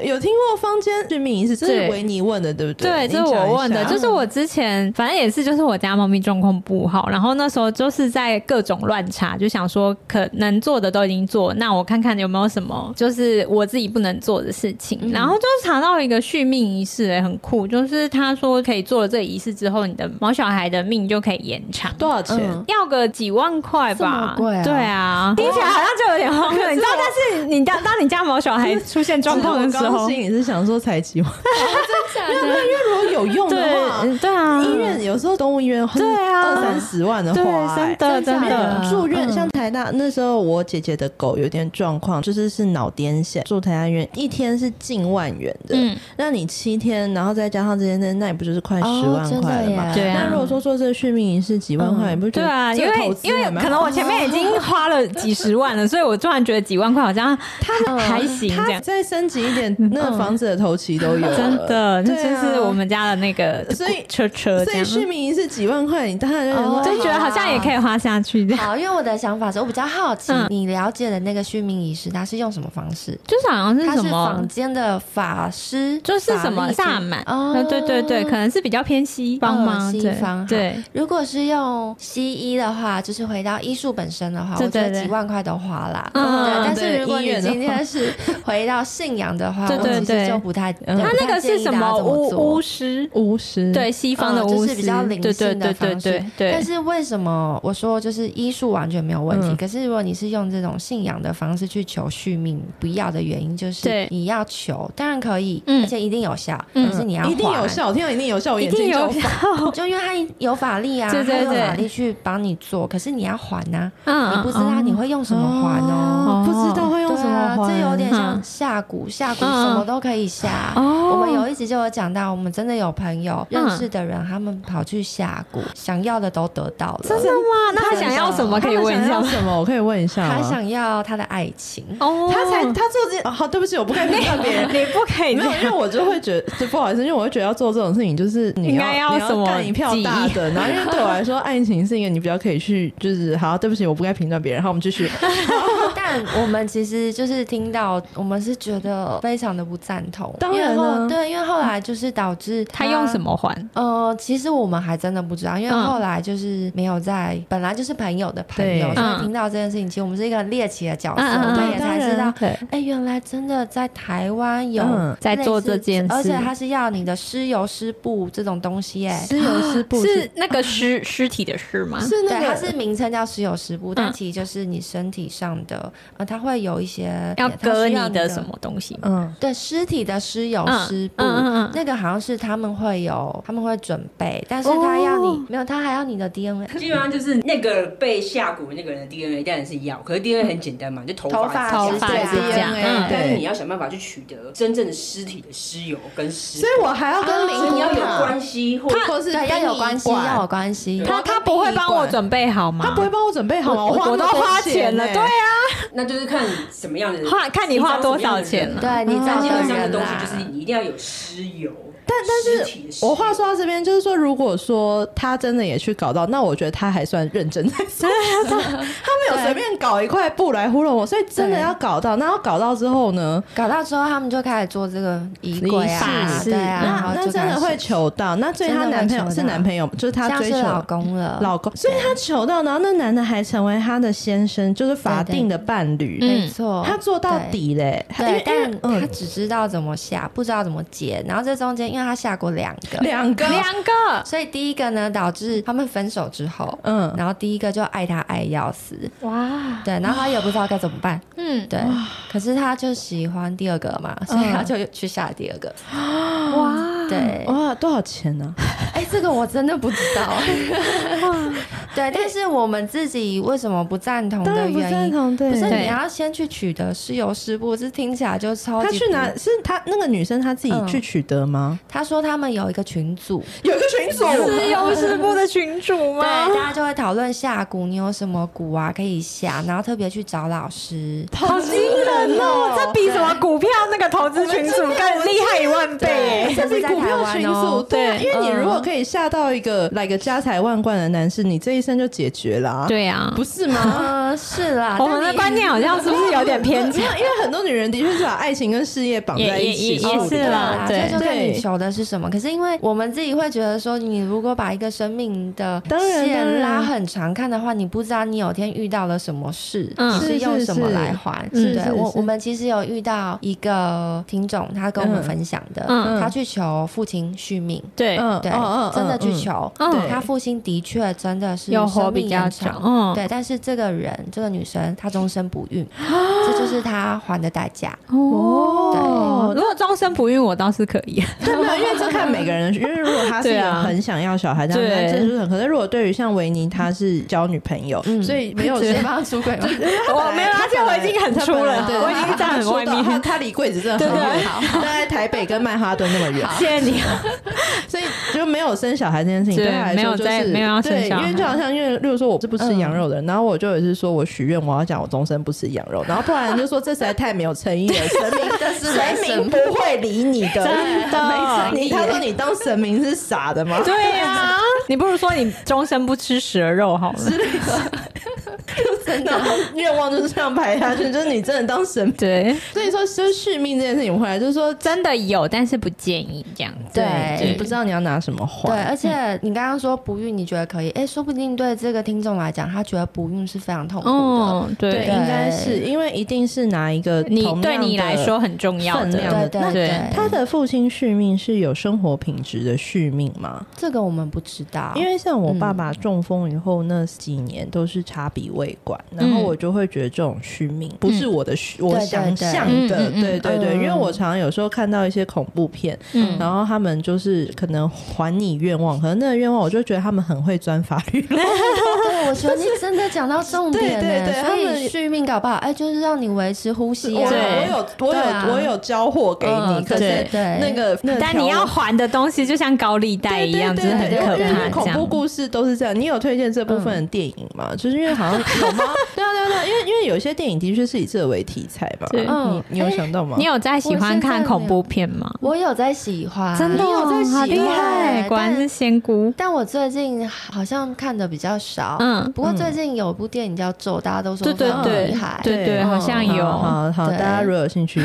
S1: 有听过坊间去命仪是，这是
S2: 对
S1: 维尼问的，对不
S2: 对，
S1: 对？
S2: 这是
S1: 你讲一
S2: 我问的，
S1: 下
S2: 就是我之前反正也是，就是我家猫咪状况不好，然后那时候就是在各种乱查，就想说可能做的都已经做，那我看看有没有什么就是我自己不能做的事情，然后就查到一个续命仪式、欸，很酷，就是他说可以做了这个仪式之后，你的毛小孩的命就可以延长。
S1: 多少钱？
S3: 嗯
S2: 要个几万块
S3: 这么
S2: 吧，
S3: 贵啊
S2: 对啊，听起来好像就有点荒谬，你知道？但是你当当你家毛小孩 出现状况的时
S1: 我刚
S2: 候
S1: 刚，心里是想说才 几万，
S2: 哦
S3: 真的
S1: 因为如果有用
S2: 对
S1: 的话，
S2: 嗯对啊，
S1: 医院有时候动物医院
S2: 对啊
S1: 二三十万的
S2: 对
S1: 花、欸
S2: 真。的嗯
S3: 真
S2: 真
S3: 假的
S2: 的，
S1: 住院像台大那时候，我姐姐的狗有点状况，就是是脑癫痫，住台大医院一天是近万元的，
S2: 嗯
S1: 那你七天，然后再加上这些那也不就是快十
S3: 哦
S1: 万
S3: 真的
S1: 块了嘛？
S3: 耶
S2: 对啊
S1: 那如果说做这个续命仪式几万
S3: 嗯
S1: 块，你不觉
S2: 对
S1: 得
S2: 啊，因
S1: 这个投
S2: 为
S1: 资
S2: 因为
S1: 还蛮
S2: 可能我前面已经花了几十万了，所以我突然觉得几万块好 像他还行这
S1: 它
S2: 样，嗯
S1: 再升级一点，那个房子的头期都有 了，
S2: 真的，那
S1: 对
S2: 就
S1: 啊
S2: 是我们家的那个
S1: 所以
S2: 车呃车这
S1: 所以
S2: 样，嗯
S1: 续命仪式几万块，你当然就想说哎
S3: 哦
S2: 就觉得好像也可以花下去这样。
S3: 好，因为我的想法时候，我比较好奇
S2: 嗯，
S3: 你了解的那个续命仪式，它是用什么方式？
S2: 就是好像是
S3: 它
S2: 什
S3: 是
S2: 么
S3: 坊。间的法师，
S2: 就是什
S3: 法
S2: 么
S3: 力之
S2: 萨满，
S3: 哦
S2: 嗯，对对对，可能是比较偏西方
S3: 哦
S2: 吗？
S3: 西
S2: 对
S3: 方
S2: 对，
S3: 如果是用西医的话，就是回到医术本身的话，
S2: 对对
S3: 我觉
S2: 对
S3: 得几万块都花啦。
S2: 嗯
S3: 对，但
S1: 对
S3: 是如果
S1: 医
S3: 你
S1: 院的话
S3: 今天是回到信仰的话，
S2: 对对
S3: 我其
S2: 对
S3: 实就不太。
S1: 嗯
S3: 对
S2: 他那个是什么巫？巫
S3: 不太建议大家这做
S2: 师？
S1: 巫师，
S2: 对，西方的
S3: 嗯就
S2: 巫师，
S3: 是比较灵
S2: 对对
S3: 性
S2: 对
S3: 的
S2: 对
S3: 方式
S2: 对对。
S3: 但是为什么我说就是医术完全没有问题？
S1: 嗯
S3: 可是如果你是用这种信仰的方式去求续命，不要的原因就是
S2: 对
S3: 你要求，当然可以，
S2: 嗯
S3: 而且一定有效，
S2: 嗯
S3: 可是你要
S1: 一定有
S3: 还
S1: 效，我听到一定有效，我
S2: 一
S1: 眼
S2: 定
S1: 睛就
S2: 有
S1: 放
S3: 就因为他有法力啊，
S2: 对对
S3: 他有
S2: 对
S3: 法力去帮你做，可是你要还呐、
S2: 嗯
S3: 你不知道你会用什么还哦。
S2: 哦
S1: 不知道会用
S3: 对
S1: 什么
S3: 啊，
S1: 还，
S3: 这有点像
S2: 嗯
S3: 下蛊，下蛊
S2: 嗯嗯
S3: 什么都可以下。
S2: 哦
S3: 我们有一集就有讲到，我们真的有朋友认识的人，他们跑去下蛊，想要的都得到了，
S2: 嗯真的吗？那他
S3: 真的
S2: 想要什么？可以问一下
S1: 他们想要
S2: 吗？
S1: 什么？我可以问一下哦吗
S3: 他想要他的爱情。
S2: 哦
S1: 他才他做这哦好，对不起，我不该评价别人。
S2: 你不可以这
S1: 没有，
S2: 样
S1: 因为我就会觉得，就不好意思，因为我会觉得要做这种事情，就是你
S2: 应
S1: 要
S2: 该要
S1: 你
S2: 什么
S1: 干一票大的，然后因为对我来说，爱情是一个你比较可以去，就是好，对不起，我不该评断别人，好，我们继续。
S3: 但我们其实就是听到，我们是觉得非常的不赞同。
S1: 当
S3: 因
S1: 然
S3: 为后
S1: 啊
S3: 对，因为后来就是导致
S2: 他用什么还？
S3: 呃，其实我们还真的不知道，因为
S2: 嗯
S3: 后来就是没有在，本来就是朋友的朋友，
S1: 对
S3: 所
S2: 嗯
S3: 以听到这件事情，其实我们是一个很猎奇的角色，
S2: 嗯嗯嗯
S3: 我
S2: 对
S3: 们也才知
S1: 当
S3: 道
S1: 然，
S2: 对，
S3: 哎、原来真的在台湾有
S1: 嗯
S2: 在做这件事
S3: 类似而且他是要你的尸油、尸布这种东西、哎。
S1: 尸油师布
S2: 是那个尸尸体的尸吗？
S1: 是那
S3: 对，它
S1: 个
S3: 是名称叫尸油尸布，但
S2: 嗯
S3: 其实就是你身体上的，呃，它会有一些
S2: 要
S3: 它需
S2: 割你
S3: 要你
S2: 的什么东西吗？
S1: 嗯，
S3: 对，尸体的尸油
S2: 嗯
S3: 尸布，
S2: 嗯嗯嗯
S3: 那个好像是他们会有，他们会准备，但是
S2: 哦
S3: 他要你、没有，他还要你的 DNA，
S4: 基本上就是那个被下蛊的那个人的 DNA 当然是要，可是 DNA 很简单嘛，就头
S3: 头
S4: 发
S3: 发
S2: 头
S4: 指甲
S2: 发
S4: 对啊
S2: 指甲嗯
S4: 但是
S1: 对
S4: 你要想办法去取得真正的尸体的尸油跟尸骨，
S1: 所以我还要
S3: 啊
S1: 跟灵
S4: 所以你要
S1: 魂
S4: 有
S1: 塔
S4: 关系，或者
S1: 或是
S3: 对，要有关系，
S1: 殡仪馆
S3: 要有关系。
S2: 他他不会帮我准备好吗？
S1: 他不会帮我准备好吗？
S2: 我
S1: 花
S2: 我都
S1: 那么多
S2: 花
S1: 钱
S2: 钱了，
S1: 欸
S2: 对啊，
S4: 那就是看你什么样的，
S2: 花看你花多少钱了
S4: 了。
S3: 对
S1: 嗯
S3: 你
S4: 啊
S3: 在
S4: 但基本
S3: 本
S4: 上
S3: 人啊
S4: 的东西
S3: 啦
S4: 就是你一定要有尸油，
S1: 但但
S4: 尸体的尸
S1: 是，
S4: 油
S1: 我话说到这边，就是说，如果说他真的也去搞到，那我觉得他还算认真 在做。他没有随便搞一块布来糊弄我，所以真的要搞到。那要搞到之后呢？
S3: 搞到之后，他们就开始做这个仪轨啊，
S1: 是
S3: 对啊，然
S1: 那
S3: 后
S1: 那
S3: 就
S1: 真
S3: 开
S1: 的
S3: 始
S1: 会求到。那所以她
S3: 真的会
S1: 男朋友
S3: 求
S1: 是
S3: 到
S1: 男朋友，就是她
S3: 像
S1: 追
S3: 是
S1: 求
S3: 老公了，
S1: 老公，所以她求到，然后那男的还成为她的先生，就是法
S3: 对对
S1: 定的伴侣。
S2: 嗯
S3: 没错，
S1: 他做到底嘞，
S3: 对。对，
S1: 因为因为嗯
S3: 但他只知道怎么下，不知道怎么结。然后这中间，因为他下过两个，
S1: 两个，
S2: 两个
S3: 所以第一个呢，导致他们分手之后，
S1: 嗯，
S3: 然后第一个就爱他爱要死，
S2: 哇，
S3: 对，然后他也不知道该怎么办，
S2: 嗯
S3: 对。可是他就喜欢第二个嘛，所以他就去下第二个，
S2: 哇
S3: 对。
S1: 嗯哇，多少钱呢？
S3: 哎，这个我真的不知 道。对，但是我们自己为什么不赞同
S1: 哎当
S3: 的
S1: 然不
S3: 原
S1: 赞
S3: 因，
S1: 同，对，
S3: 不是
S2: 对
S3: 你要先去取得师油师布，这听起来就超级
S1: 他
S3: 不。
S1: 去哪？是他那个女生她自己
S3: 嗯
S1: 去取得吗？
S3: 他说他们有一个群组，
S1: 有一个群组
S2: 是优师部的群主
S3: 对，
S2: 吗
S3: 大？家就会讨论下蛊，你有什么蛊啊可以下，然后特别去找老师。
S1: 好
S2: 惊人哦！这比什么股票那个投资群主更厉害一万倍
S3: 对。
S1: 这比股票群组对啊，
S2: 对
S1: 因为你
S3: 嗯
S1: 如果可以吓到一个来个家财万贯的男士，你这一生就解决了啊，
S2: 对啊，
S1: 不是吗？
S3: 呃，是啦，
S2: 我们
S3: 但
S2: 的
S3: 你
S2: 观念好像是不是有点 偏
S1: 没
S2: 差？
S1: 有，因为很多女人的确是把爱情跟事业绑在一起
S2: 也也
S1: 处理
S2: 也是
S1: 的
S2: 啦啊对
S3: 啊这就看你
S1: 对
S3: 求的是什么。可是因为我们自己会觉得说，你如果把一个生命的
S1: 当然当
S3: 线
S1: 然
S3: 拉很长看的话，你不知道你有天遇到了什么事，
S2: 嗯
S3: 你是用什么来还？
S1: 是是是
S3: 对
S1: 是
S3: 我
S1: 是
S3: 我们其实有遇到一个听众，他跟我们分享的，
S2: 嗯
S1: 嗯
S3: 他去求父亲续命。
S2: 对
S1: 嗯
S3: 对，
S1: 嗯嗯
S3: 真的去
S1: 嗯
S3: 求，
S2: 嗯
S3: 对他父亲的确真的是
S2: 有活
S3: 生
S2: 比
S3: 命
S2: 较
S3: 延
S2: 久
S3: 长，
S2: 嗯
S3: 对，但是这个人，这个女生，她终身不孕，这就是她还的代价。
S2: 哦，如果终身不孕，我倒是可以。
S1: 对， 没有，因为这看每个人，因为如果他是
S2: 对
S1: 有
S2: 啊
S1: 很想要小孩，这样
S2: 对
S1: 那这就是很可。是如果对于像维尼，他是交女朋友，
S2: 嗯
S1: 所以 没有
S3: 直
S1: 谁
S3: 接帮他出轨吗？
S2: 我哦没有，而且我已经很出了，
S1: 对，
S2: 我已经在很外
S1: 他说到他
S2: 面。
S1: 他离柜子真的很
S2: 对
S1: 远
S2: 对，啊
S1: 大概台北跟曼哈顿那么远，
S2: 谢谢你，
S1: 所以就没有生小孩这件事情
S2: 对
S1: 对他来
S2: 没有
S1: 说就
S2: 在
S1: 是
S2: 没有要生
S1: 对，
S2: 小
S1: 因
S2: 孩
S1: 为就好像因为，例如说我是不
S2: 嗯
S1: 吃羊肉的人，然后我就也是说我许愿我要讲我终身不吃羊肉，然后不然就说这实在太没有诚意了，神明
S3: 但是
S1: 神明不会理你的，
S2: 真的没诚
S1: 你他说你当神明是傻的吗？
S2: 啊对呀，你不如说你终身不吃蛇肉好了。
S1: 之类的，就这 真的愿望就是这样排下去，就是你真的当神。
S2: 对，
S1: 所以说，就是续命这件事情回来，就是说
S2: 真的有，但是不建议这样子。
S3: 对
S1: 你不知道你要拿什么
S3: 对，
S1: 换。
S3: 而且你刚刚说不孕，你觉得可以？哎，说不定对这个听众来讲，他觉得不孕是非常痛苦的。
S2: 嗯，对，
S1: 对，应该是因为一定是拿一个
S2: 你
S1: 同样
S2: 对你
S1: 的
S2: 来说很重要
S1: 分
S2: 的，
S1: 量
S3: 对
S1: 的
S3: 对
S1: 那
S3: 对，
S1: 他的父亲续命是有生活品质的续命吗？
S3: 这个我们不知道，
S1: 因为像我爸爸中风以后那几年都是插鼻胃管，然后我就会觉得这种续命不是我的续，我
S3: 对对
S1: 想
S3: 对
S1: 象的，
S2: 嗯嗯嗯
S1: 对对对，
S3: 嗯
S1: 因为我常常有时候看到一些恐怖片，
S2: 嗯，
S1: 然后他们就是可能还你愿望，可能那个愿望我就觉得他们很会钻法律漏洞
S3: 对，我觉得你真的讲到重点
S1: 对对
S3: 呢。
S1: 对他
S3: 所以
S1: 们
S3: 续命搞不好，哎，就是让你维持呼吸
S1: 我
S3: 啊。
S2: 对
S1: 有我有 我
S3: 对啊
S1: 有我有交货给你，
S3: 嗯
S1: 可是
S2: 对
S3: 对
S1: 那个那个
S2: 但
S1: 条
S2: 你要
S1: 文
S2: 还的东西就像高利贷
S1: 对
S2: 一样，
S1: 对
S2: 真的很
S1: 对
S2: 可
S1: 对
S2: 怕。
S1: 因为恐
S2: 这
S1: 怖
S2: 样
S1: 故事都是这样。你有推荐这部分的电影
S3: 嗯
S1: 吗？就是因为好像有 吗？对啊对啊对啊，因为因为有些电影的确是以这为题材嘛。
S2: 对
S1: 嗯，你有想到吗？
S2: 你有在喜欢看
S3: 我现在没有
S2: 恐怖片吗？
S3: 我有在喜欢，
S2: 真的、
S1: 有
S2: 哦
S1: 在，喜
S2: 好厉
S1: 欢
S2: 害，
S3: 对
S2: 果然
S3: 但
S2: 是仙姑。
S3: 但我最近好像看的比较少，
S2: 嗯
S3: 不过最近有部电影叫《咒》，大家都说
S2: 对对
S3: 非常
S2: 对
S3: 厉害，
S2: 对对，
S1: 嗯
S2: 好像有。
S1: 好好好，
S3: 对
S1: 大家如果有 兴趣，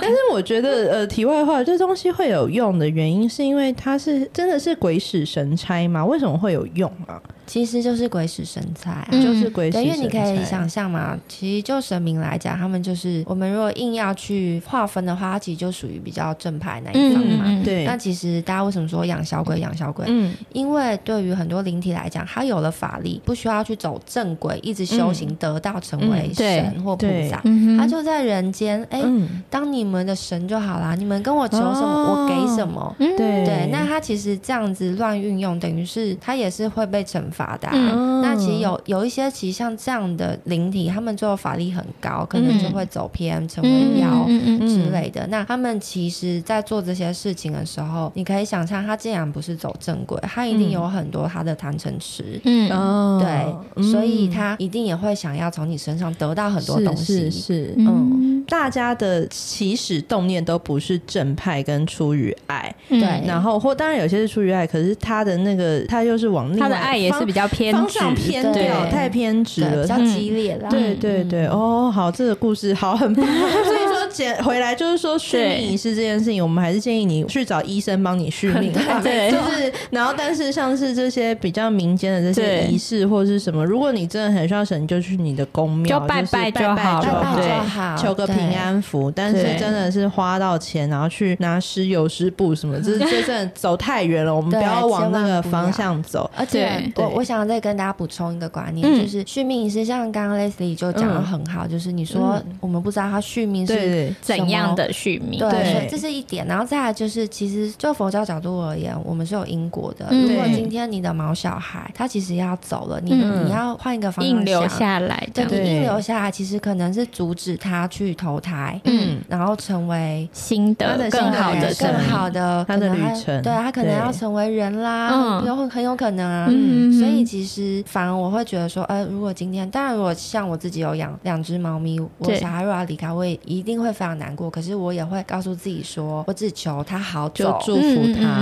S1: 但是我觉得呃，题外话，这东西会有用的原因是因为它是真的是鬼使神差嘛？为什么会有用啊？
S3: 其实就是鬼使神差啊、
S2: 嗯
S1: 就是鬼使
S3: 对，
S1: 神差。
S3: 因为你可以想象嘛，其实就神明来讲，他们就是我们如果硬要去划分的话，它其实就属于比较正派那一方嘛。
S2: 嗯嗯
S1: 对
S3: 那，其实大家为什么说养小鬼养小鬼？
S1: 嗯，
S3: 因为对于很多灵体来讲，它有了法力，不需要去走正轨，一直修行、得道成为
S1: 嗯
S2: 对
S3: 神或菩
S1: 对
S3: 萨，
S2: 嗯
S3: 它
S2: 哼
S3: 就在人间。哎、
S1: 嗯，
S3: 当你们的神就好啦，你们跟我求什么，
S1: 哦
S3: 我给什么。
S2: 嗯
S1: 对
S3: 对，那他其实这样子乱运用，等于是他也是会被惩罚的啊、
S2: 嗯
S3: 那其实有有一些其实像这样的灵体，他们最后法力很高，可能
S2: 嗯
S3: 就会走偏成
S2: 嗯
S3: 为妖。
S2: 嗯嗯嗯
S3: 之类的，那他们其实，在做这些事情的时候，你可以想象，他竟然不是走正轨，他一定有很多他的贪嗔痴，
S2: 嗯嗯
S1: 哦
S3: 对，所以他一定也会想要从你身上得到很多东西。
S1: 是是是
S2: 嗯
S1: 大家的起始动念都不是正派跟出于爱，
S2: 嗯
S3: 对
S1: 然后或当然有些是出于爱，可是他的那个他又是往嗯另外
S2: 他的爱也是
S1: 方
S2: 比较偏
S1: 方
S2: 执，
S1: 向偏
S3: 对
S1: 掉，太偏执
S3: 对，
S1: 了
S3: 比。较
S1: 他
S3: 激烈啦。
S1: 对
S2: 嗯
S1: 对对，哦，好，这个故事好很 棒。所以说，捡回来就是说续
S2: 对
S1: 命仪式这件事情，我们还是建议你去找医生帮你续命 啊。
S2: 对
S1: 就是然后，但是像是这些比较民间的这些
S2: 对
S1: 仪式或是什么，如果你真的很需要神，你就去你的宫庙，
S2: 就拜
S1: 是
S2: 拜
S1: 拜
S2: 就好
S1: 就
S2: 了
S3: 拜拜
S2: 对
S3: 就好，
S1: 求个
S3: 啊对
S1: 平。安符，但是
S2: 对
S1: 真的是花到钱，然后去拿石油、湿布什么，这这真的走太远了，我们不
S3: 对
S1: 要往
S3: 千万
S1: 那个
S3: 不
S1: 方
S3: 要
S1: 向走。
S3: 而且
S2: 对
S3: 我
S1: 对
S3: 我想再跟大家补充一个观念，
S2: 嗯
S3: 就是续命仪式，像刚刚 Leslie 就讲的很好，就是你说
S2: 嗯
S3: 我们不知道他续命
S1: 对
S3: 是
S1: 对，
S2: 怎样的续命？
S3: 对，
S1: 对
S3: 所以这是一点。然后再来就是，其实就佛教角度而言，我们是有因果的。
S2: 嗯
S3: 如果
S1: 对
S3: 今天你的毛小孩他其实要走了，你
S2: 嗯
S3: 你要换一个方向
S2: 硬留
S3: 想。
S2: 下来这
S3: 对，
S2: 样
S1: 对
S3: 你硬留下来，其实可能是阻止他去投胎，
S2: 嗯，
S3: 然后成为
S2: 新
S1: 他
S2: 的
S1: 的
S2: 呃更
S1: 新的
S2: 好
S1: 旅
S2: 的
S1: 程
S2: 生
S3: 更
S2: 命，
S3: 好的
S1: 他的
S3: 可能
S1: 旅程
S3: 对他可能
S1: 对
S3: 要成为人啦，
S2: 嗯
S3: 有很有可能啊。
S2: 嗯
S3: 所以其实反而我会觉得说，呃，如果今天，当然如果像我自己有养两只猫咪，我
S2: 对
S3: 小孩如果要离开，我也一定会非常难过。可是我也会告诉自己说，我只求他好
S1: 就
S3: 走。
S1: 祝福他，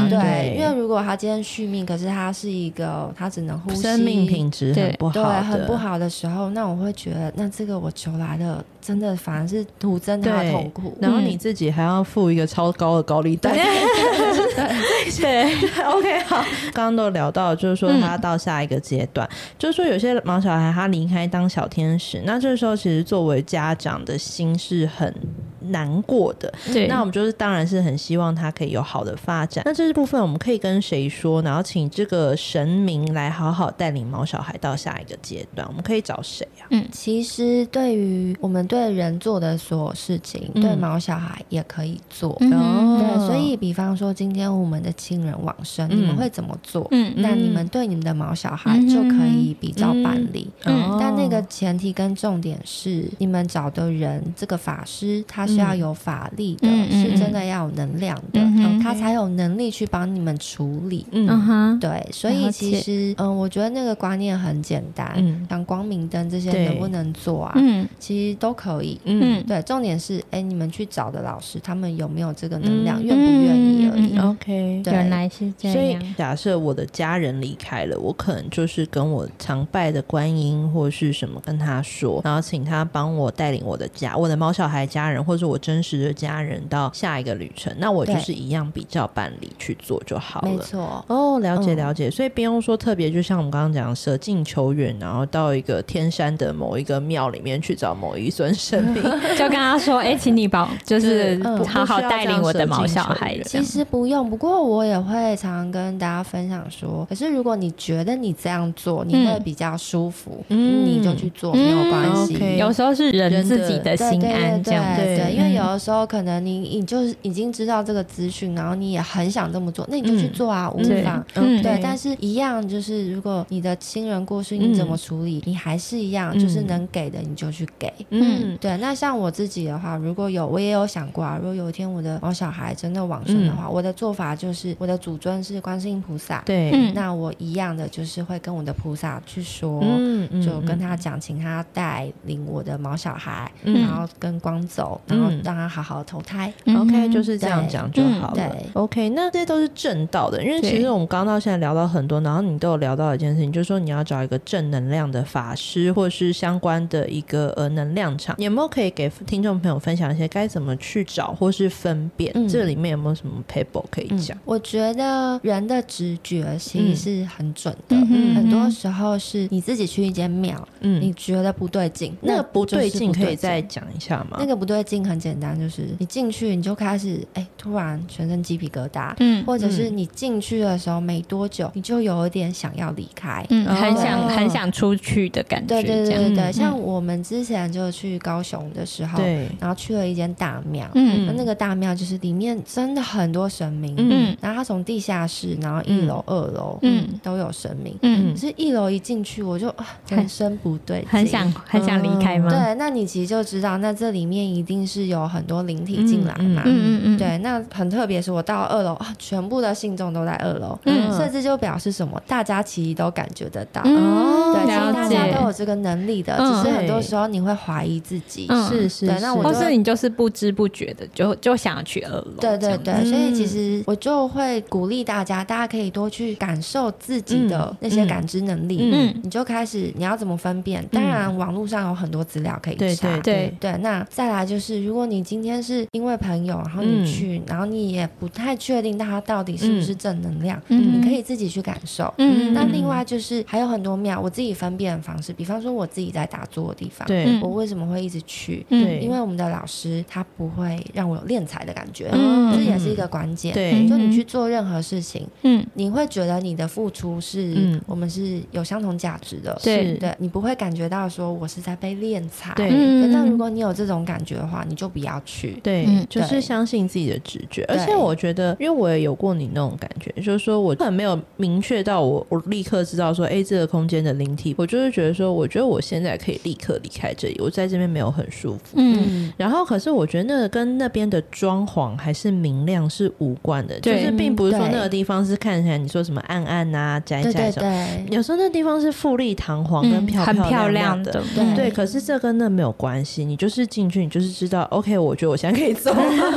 S2: 嗯嗯嗯
S3: 对，因为如果他今天续命，可是他是一个他只能呼吸，
S1: 生命品质很
S2: 对
S1: 不好
S3: 对
S1: 的，
S3: 很不好的时候，那我会觉得，那这个我求来的，真的反而是徒增他的
S1: 对
S3: 痛苦。嗯
S1: 然后你自己还要付一个超高的高利贷。
S2: 对，
S1: OK，好，刚刚都聊到，就是说他到下一个阶段，就是说有些毛小孩他离开当小天使，那这时候其实作为家长的心是很难过的。
S2: 对，
S1: 那我们就是当然是很希望他可以有好的发展。那这部分我们可以跟谁说？然后请这个神明来好好带领毛小孩到下一个阶段。我们可以找谁啊？
S3: 其实对于我们对人做的所有事情，
S1: 嗯
S3: 对毛小孩也可以做。
S2: 嗯
S1: 哦
S3: 对，所以比方说今天我们的亲人往生，
S1: 嗯
S3: 你们会怎么做？
S2: 嗯
S3: 那你们对你们的毛小孩就可以比较办理。
S2: 嗯
S1: 哦
S3: 但那个前提跟重点是，你们找的人，这个法师他是需要有法力的，
S2: 嗯嗯嗯
S3: 是真的要有能量的，
S2: 嗯哼
S3: 他才有能力去帮你们处理。
S2: 嗯
S1: 嗯
S2: 哼，
S3: 对，所
S2: 了
S3: 以
S2: 解
S3: 其实，嗯，我觉得那个观念很简单，
S1: 嗯
S3: 像光明灯这些
S1: 对
S3: 能不能做啊？
S2: 嗯
S3: 其实都可以。
S1: 嗯
S2: 嗯，
S3: 对，重点是，哎，你们去找的老师，他们有没有这个能量，
S1: 嗯
S3: 愿不愿意而已。
S2: 嗯嗯嗯
S1: ，OK，
S3: 对
S2: 原来是这
S1: 所以
S2: 样，
S1: 假设我的家人离开了，我可能就是跟我常拜的观音或是什么跟他说，然后请他帮我带领我的家，我的毛小孩家人或者我真实的家人到下一个旅程，那我就
S3: 对
S1: 是一样比较办理去做就好
S3: 没
S1: 了。
S3: 错，
S1: 哦，了解
S3: 嗯
S1: 了解，所以不用说特别，就像我们刚刚讲，舍近求远，然后到一个天山的某一个庙里面去找某一尊神 明，
S2: 就跟他说，哎，请你帮，就是
S3: 嗯
S2: 好好带领我的毛小孩
S1: 不需要这样舍近求远。
S3: 其实不用，不过我也会常跟大家分享说，可是如果你觉得你这样做你会比较舒服，
S1: 嗯
S3: 你就去做，没有关系。
S1: OK
S2: 嗯有时候是人自己的
S3: 对
S2: 心
S3: 对
S2: 安
S3: 对
S2: 这样子，嗯
S3: 对
S1: 对
S3: 对，因为有的时候可能你你就是已经知道这个资讯，然后你也很想这么做，那你就去做啊，无
S2: 对
S3: 妨。
S2: 嗯
S3: 对，但是一样就是，如果你的亲人过世，你
S2: 嗯
S3: 怎么处理？你还是一样，就是
S1: 嗯
S3: 能给的你就去给。
S1: 嗯
S3: 对，那像我自己的话，如果有我也有想过啊，如果有一天我的我小孩真的往
S2: 嗯
S3: 生的话，我的做法就是我的祖尊是观世音菩萨，
S1: 对，
S2: 嗯
S3: 那我一样的就是会跟我的菩萨去说。
S1: 嗯嗯
S3: 就跟
S1: 嗯
S3: 他讲，请他带领我的毛小孩，
S1: 嗯
S3: 然后跟光走，然后
S1: 嗯
S3: 让他好好投胎。
S2: 嗯
S1: OK，就是是这样
S3: 嗯对
S1: 讲就好
S3: 嗯
S1: 了
S3: 对。
S1: OK，那这些都是正道的，因为其
S2: 对
S1: 实我们刚到现在聊到很多，然后你都有聊到一件事情，就是说你要找一个正能量的法师，或是相关的一个呃能量场，你有没有可以给听众朋友分享一些该怎么去找或是分辨？
S3: 嗯
S1: 这里面有没有什么 paper 可以讲？
S3: 我觉得人的直觉
S1: 嗯
S3: 其实是很准的，
S2: 嗯哼
S3: 很多时候是你自己去一间庙，
S1: 嗯，
S3: 你觉得不对劲，
S1: 那个
S3: 个
S1: 不对劲可以再
S3: 在
S1: 讲一下吗？
S3: 那个不对劲很简单，就是你进去你就开始哎、突然全身鸡皮疙瘩，
S2: 嗯
S3: 或者是你进去的时候没多久，你就有一点想要离开。
S2: 嗯，很
S1: 哦
S2: 想很想出去的感觉，
S3: 对对
S2: 这
S3: 对
S2: 样，
S3: 对
S1: 嗯
S3: 对，像我们之前就去高雄的时候，
S1: 对，
S3: 然后去了一间大庙，
S2: 嗯
S3: 那那个大庙就是里面真的很多神明，
S1: 嗯
S2: 嗯
S3: 然后它从地下室，然后一楼、二楼，嗯
S2: 嗯，
S3: 都有神明。
S2: 嗯
S3: 可，是，一楼一进去，我就啊
S2: 很
S3: 人生不对劲
S2: 很想。很想离开吗？
S3: 对，那你其实就知道，那这里面一定是有很多灵体进来嘛。
S2: 嗯嗯嗯，
S3: 对，那很特别，是我到二楼啊，全部的信众都在二楼，
S2: 嗯
S3: 甚至就表示什么，大家其实都感觉得到，
S2: 嗯，
S3: 哦对，其实
S2: 了
S3: 大家
S2: 解
S3: 都。有这个能力的，
S2: 嗯
S3: 只是很多时候你会怀疑自己，
S2: 嗯
S1: 是是
S3: 对那我
S2: 或
S3: 就是
S2: 你就是不知不觉的就就想要去二楼，
S3: 对对
S2: 这
S3: 对
S2: 样，
S1: 子
S3: 所以其实我就会鼓励大家，大家可以多去感受自己的那些感知能力。
S1: 嗯
S2: 嗯
S3: 你就开始你要怎么分辨？当然，网络上有很多资料可以
S1: 对
S3: 查。
S1: 对
S2: 对
S3: 对那再来就是，如果你今天是因为朋友，然后
S1: 嗯
S3: 你去，然后你也不太确定他到底是不是正能量，
S2: 嗯
S3: 你可以自己去感受。
S2: 嗯，
S3: 那
S2: 嗯
S3: 另外就是还有很多庙，我自己分辨的方式，比方说我自己在打坐的地方，
S1: 对
S2: 嗯
S3: 我为什么会一直去？
S2: 嗯
S1: 对
S3: 因为我们的老师他不会让我有练财的感觉，
S2: 嗯
S3: 这也是一个关键。
S1: 对
S3: 就你去做任何事情，
S2: 嗯
S3: 你会觉得你的付出是、
S1: 嗯
S3: 我们是有相同价值的，
S2: 对
S3: 对，你不会感觉到说我是在被敛财。
S1: 对
S3: 可
S2: 嗯，
S3: 那如果你有这种感觉的话，你就不要去。
S1: 对，
S2: 嗯
S1: 就是
S3: 对
S1: 相信自己的直觉。而且
S3: 对
S1: 我觉得，因为我也有过你那种感觉，就是说我可能没有明确到我，我立刻知道说，哎，这个空间的灵体，我就是觉得说，我觉得我现在可以立刻离开这里，我在这边没有很舒服。
S2: 嗯
S1: 然后，可是我觉得那个跟那边的装潢还是明亮是无关的，就
S2: 对
S1: 是并不是说
S3: 嗯对
S1: 那个地方是看起来你说什么暗暗啊、窄
S3: 对
S1: 窄
S3: 对
S1: 什么，
S3: 对，
S1: 有时候那地方是富丽堂皇跟
S2: 嗯
S1: 漂
S2: 很漂
S1: 漂
S2: 亮嗯
S1: 的。
S3: 对
S1: 对，可是这跟那没有关系，你就是进去，你就是知道，OK，我觉得我现在可以走，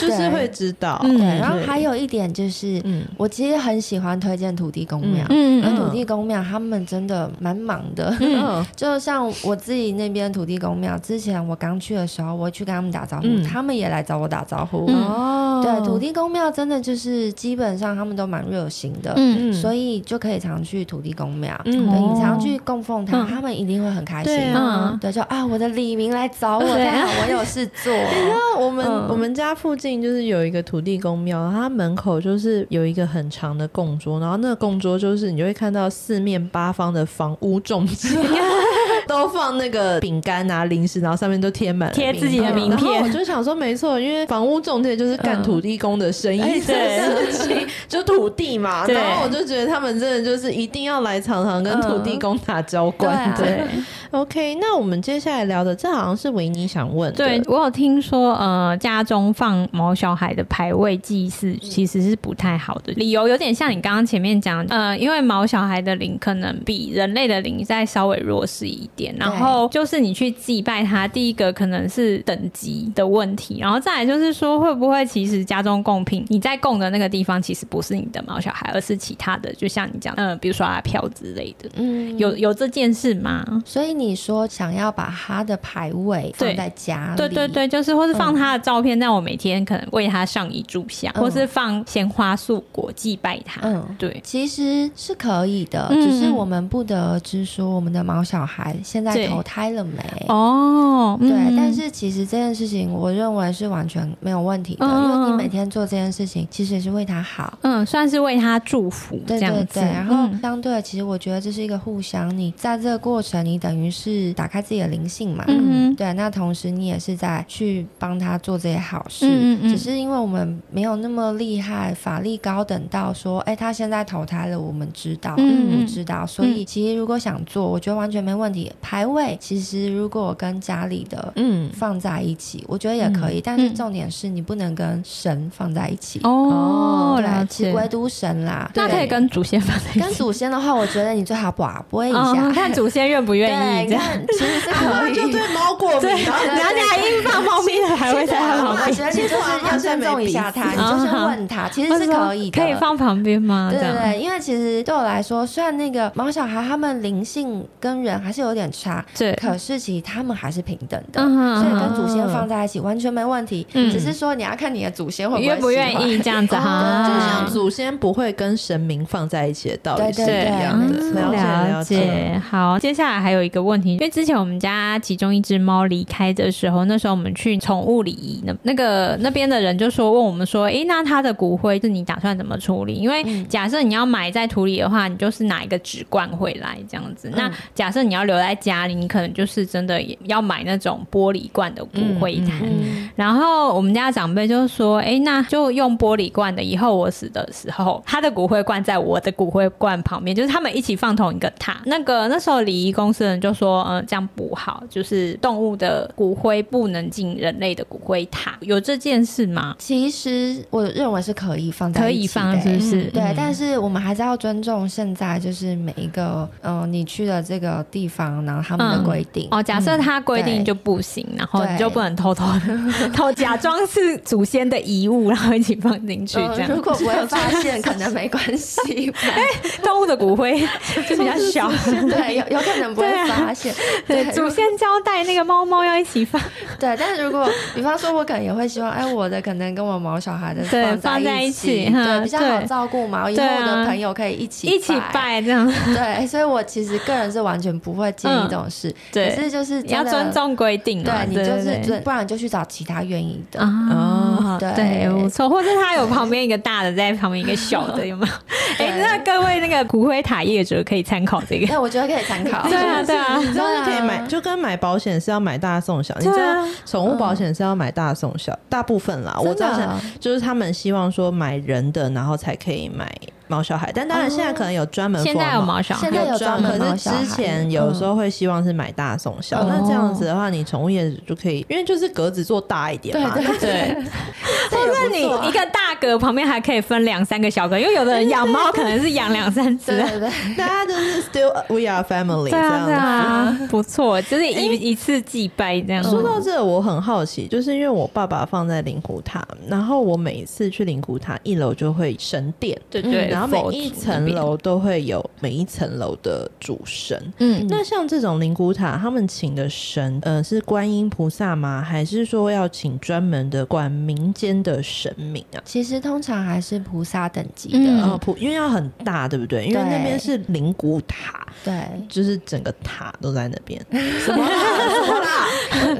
S1: 就是会知道。
S2: 嗯
S3: 对。
S2: 对
S3: 然后还有一点就是，
S1: 嗯，
S3: 我其实很喜欢推荐土地公庙。
S2: 嗯
S3: 因为
S2: 嗯
S3: 土地公庙他们真的蛮忙 的，
S1: 嗯
S3: 就像我自己那边土地公庙，之前我刚去的时候，我去跟他们打招呼，
S1: 嗯
S3: 他们也来找我打招呼。
S2: 嗯
S1: 哦
S3: 对，土地公庙真的就是基本上他们都蛮热心的，
S2: 嗯
S3: 所以就可以常去土地公庙。
S1: 嗯
S3: 对你常
S2: 哦
S3: 去供奉他，
S2: 嗯
S3: 他们一定会很开心。
S1: 对啊
S2: 嗯，
S3: 对，就啊，我的李明来找我，
S2: 对啊
S3: 但我有事 做。
S1: 那我们、
S3: 嗯
S1: 我们家附近就是有一个土地公庙，它门口就是有一个很长的供桌，然后那个供桌就是你就会看到四面八方的房屋中介 都放那个饼干啊零食，然后上面都贴满了
S2: 贴自己的名
S1: 然后我
S2: 片，嗯
S1: 就想说，没错，因为房屋中介就是干土地公的生意
S2: 哎
S1: 这
S2: 对
S1: 件事 情，就土地嘛。
S2: 对嗯
S1: 然后我就觉得他们真的就是一定要来常常跟土地公打交
S3: 对
S1: 关
S3: 啊
S1: 的。 OK，那我们接下来聊的，这好像是维尼想问的。
S2: 对我有听说，呃，家中放毛小孩的牌位祭祀其实是不太好的，理由有点像你刚刚前面讲，呃，因为毛小孩的灵可能比人类的灵再稍微弱势一点，然后就是你去祭拜它，第一个可能是等级的问题，然后再来就是说会不会其实家中供品你在供的那个地方其实不是你的毛小孩，而是其他的，就像你讲，呃，比如说阿飘之类的，
S3: 嗯，
S2: 有有这件事吗？
S3: 所以你说想要把他的牌位放
S2: 对
S3: 在家里，
S2: 对对对，就是或是放他的照片，但我每天可能为他上一炷香，
S3: 嗯
S2: 或是放鲜花素果祭拜他。
S3: 嗯
S2: 对
S3: 其实是可以的，
S2: 嗯
S3: 只是我们不得而知说我们的毛小孩现在
S2: 对
S3: 投胎了没。
S2: 哦，
S3: 对，
S2: 嗯
S3: 但是其实这件事情，我认为是完全没有问题的，
S2: 嗯
S3: 因为
S2: 嗯
S3: 你
S2: 嗯
S3: 每天做这件事情，其实也是为他好。
S2: 嗯，算是为他祝福
S3: 对
S2: 这
S3: 对
S2: 样
S3: 对，
S2: 子。
S3: 然后
S2: 嗯
S3: 相对的，其实我觉得这是一个互相，你在这个过程，你等于是打开自己的灵性嘛，
S2: 嗯哼
S3: 对，那同时你也是在去帮他做这些好事，
S2: 嗯嗯嗯
S3: 只是因为我们没有那么厉害，法力高等到说，哎，他现在投胎了，我们知道，
S2: 嗯
S3: 不知道，所以其实如果想做，我觉得完全没问题。排位其实如果跟家里的
S1: 嗯，
S3: 放在一起，我觉得也可以，但是重点是你不能跟神放在一起。
S2: 嗯哦，了
S3: 对，其
S2: 解。
S3: 唯独神啦。
S2: 那
S3: 对
S2: 可以跟祖先放在一
S3: 跟
S2: 起，
S3: 祖先的话，我觉得你最好把播 一
S2: 哦
S3: 下，
S2: 看祖先愿不
S3: 对，
S2: 愿意这样。
S3: 看其实是可以。
S1: 就 对猫过敏，然后
S2: 然后你还硬放猫咪的还会在他
S3: 我
S2: 旁边，
S3: 觉 得你就是要尊重一下他，你就是问他，其实是可以的，
S2: 可以。放旁边吗？
S3: 对
S2: 啊这
S3: 对
S2: 样
S3: 对，因为其实对我来说，虽然那个毛小孩他们灵性跟人还是有点差，
S2: 对，
S3: 可是其实他们还是平等的，
S2: 嗯哼
S3: 所以跟
S1: 嗯
S3: 祖先放在一起完全没问题。
S2: 嗯
S3: 只是说你要看你的祖先会不会
S2: 愿不
S3: 喜欢哦
S2: 愿意这样子啊哈？
S1: 哦就
S3: 对
S1: 像祖先不会跟神明放在一起的道理
S3: 对
S1: 是一
S3: 对对
S1: 样的，
S3: 没错
S1: 解
S2: 了
S1: 了解。
S2: 解。好，接下来还有一个问题，因为之前我们家其中一只猫离开的时候，那时候我们去宠物礼仪，那那个那边的人就说问哦我们说，诶，那它的骨灰是你打算怎么处理？因为假设你要埋在土里的话，你就是拿一个纸罐回来这样子。那假设你要留在家里，你可能就是真的也要买那种玻璃罐的骨灰坛。
S3: 嗯
S2: 然后我们家长辈就说：“哎，那就用玻璃罐的，以后我死的时候，他的骨灰罐在我的骨灰罐旁边，就是他们一起放同一个塔。”那个那时候礼仪公司的人就说：“嗯、这样不好，就是动物的骨灰不能进人类的骨灰塔，有这件事吗？
S3: 其实我认为是可以放在
S2: 可
S3: 一
S2: 以
S3: 起的
S2: 放是不是？
S3: 对，
S2: 嗯
S3: 但是我们还是要尊重现在就是每一个嗯、呃你去的这个地方，然后他们的
S2: 嗯
S3: 规定。
S2: 哦，假设他规
S3: 对
S2: 定就不行，然后
S3: 对
S2: 你就不能偷偷的 偷假装是祖先的遗物，然后一起放进去，
S3: 呃
S2: 这样、哎
S3: 如果不会发现，可能没关 系吧。
S2: 动物的骨灰 就比较小。
S3: 对，有有可能不会
S2: 对啊
S3: 发现。
S2: 对，
S3: 对
S2: 祖先交代那个猫猫要一起放，
S3: 对，但是如果比方说，我可能也会希望，哎，我的可能跟我毛小孩的
S2: 对
S3: 放
S2: 放在
S3: 一
S2: 一
S3: 起，
S2: 起哈
S3: 对，比较好
S2: 对
S3: 照顾嘛。以后
S2: 对啊
S3: 我的朋友可以一起
S2: 一起
S3: 拜。
S2: 拜这样。
S3: 对，所以我其实个人是完全不会建议
S2: 嗯
S3: 这种事，可
S2: 对，
S3: 是就是真
S2: 要
S3: 的
S2: 尊，重规定啊，
S3: 对你就是
S2: 对
S3: 尊，不然你就去找其他愿意的。嗯
S2: 啊，
S3: 对
S2: 对，不错，或者他有旁边一个大的，在旁边一个小的，有没有？
S3: 对
S2: 哎，那各位那个骨灰塔业者可以参考 这个。
S3: 对，我觉得可以参考。
S2: 对啊，对啊，
S1: 你知道
S3: 对啊
S1: 就可以买，就跟买保险是要买大送小，你
S2: 啊
S1: 知道宠物保险是要买大送小，大部分啦，我知道
S3: 嗯真
S1: 是
S3: 的啊
S1: 就是他们希望说买人的，然后才可以买毛小孩，但当然现在可能有专门 for
S2: 现在有毛小
S3: 哦现
S2: 孩，
S3: 在有
S1: 有
S3: 专
S1: 专
S3: 门
S1: 门，
S3: 毛
S1: 可
S3: 小
S1: 是
S3: 孩
S1: 之前有时候会希望是买大送小，
S3: 嗯
S1: 那这样子的话，你宠物业主就可以，因为就是格子做大一点嘛，
S3: 对对
S1: 对
S3: 这也
S2: 啊或
S3: 不
S2: 者你
S3: 错啊
S2: 一个大格旁边还可以分两三个小格，因为有的人养猫可能是养两三只啊
S3: 对。对 对，
S1: 大家就是 still we are family 这
S2: 对啊，
S1: 样
S2: 对
S1: 子。
S2: 啊，不错，就是一一次祭拜这样。
S1: 说到这，我很好奇，就是因为我爸爸放在灵骨塔，然后我每一次去灵骨塔一楼就会神殿，
S2: 对
S1: 嗯然后每一层，楼都会有每一层楼的主神。
S2: 嗯
S1: 那像这种灵骨塔，他们请的神，呃，是观音菩萨吗？还是说要请专门的管民间的神明啊？
S3: 其实通常还是菩萨等级
S2: 嗯
S3: 的，
S1: 然后普，因为要很大，对不对？因为
S3: 对
S1: 那边是灵骨塔，
S3: 对。
S1: 就是整个塔都在那边。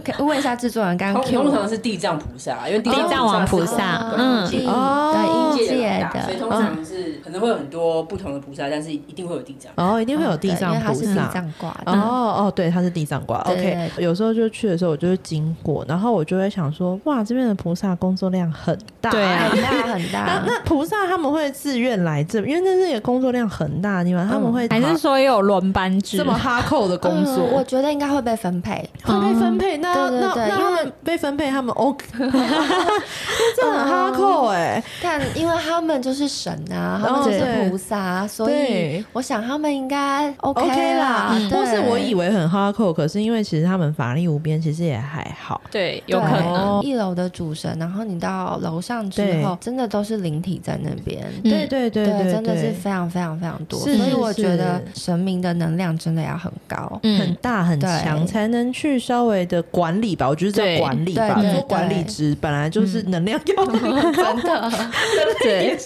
S3: 可以问一下制作人，刚刚
S4: 通
S3: Q
S4: 通常
S3: 我
S4: 是地藏菩萨，因为地
S2: 地藏王菩萨
S4: 是
S2: 嗯
S4: 对
S3: 哦，
S1: 哦
S3: 对，
S4: 阴
S3: 阴
S4: 界
S3: 界
S4: 的很大所以
S3: 的，
S4: 通常是就是可能会有很多不同的菩萨，但是一定会有地藏。
S1: 哦，一定会有地
S3: 嗯对
S1: 藏
S3: 因为它
S1: 菩
S3: 是
S1: 萨，
S3: 地藏挂的。
S1: 嗯哦哦，对，它是地藏卦。
S3: 对对
S1: OK，有时候就去的时候，我就会经过，然后我就会想说，哇，这边的菩萨工作量很大。
S2: 对啊
S3: 很大很
S1: 那
S3: 大，嗯
S1: 那菩萨他们会自愿来这，因为那是一个工作量很大的地方，他们会
S2: 还是说有轮班制？
S1: 这么哈扣的工
S3: 嗯我
S1: 作。
S3: 觉得应该会被分配。
S1: 会被分配，那
S3: 对对
S1: 那
S3: 对
S1: 那他
S3: 因为
S1: 们被分配，他们 OK，这很哈扣哎，
S3: 但因为他们就是神啊，他们就
S1: 对
S3: 是菩萨啊，所以
S1: 哦对
S3: 我想他们应该
S1: OK 啦
S3: 啦。对
S1: 或是我以为很哈扣，可是因为其实他们法力无边，其实也还好。
S2: 对，
S3: 对
S2: 有可能。
S1: 哦
S3: 一楼的主神，然后你到楼上之后，真的都是灵体在那边。
S2: 嗯
S1: 对对对对，
S3: 真的是非常非常非常多，所
S1: 是
S3: 以
S1: 是
S3: 我
S1: 是
S3: 觉得神明的能量真的要很高。
S1: 很
S2: 嗯，
S1: 大很
S3: 对
S1: 强，才能去稍微的管理吧。我觉得叫
S2: 对嗯
S1: 管理吧，
S3: 对对
S1: 做
S3: 对
S1: 管理值本来就是能量要很高，
S2: 对，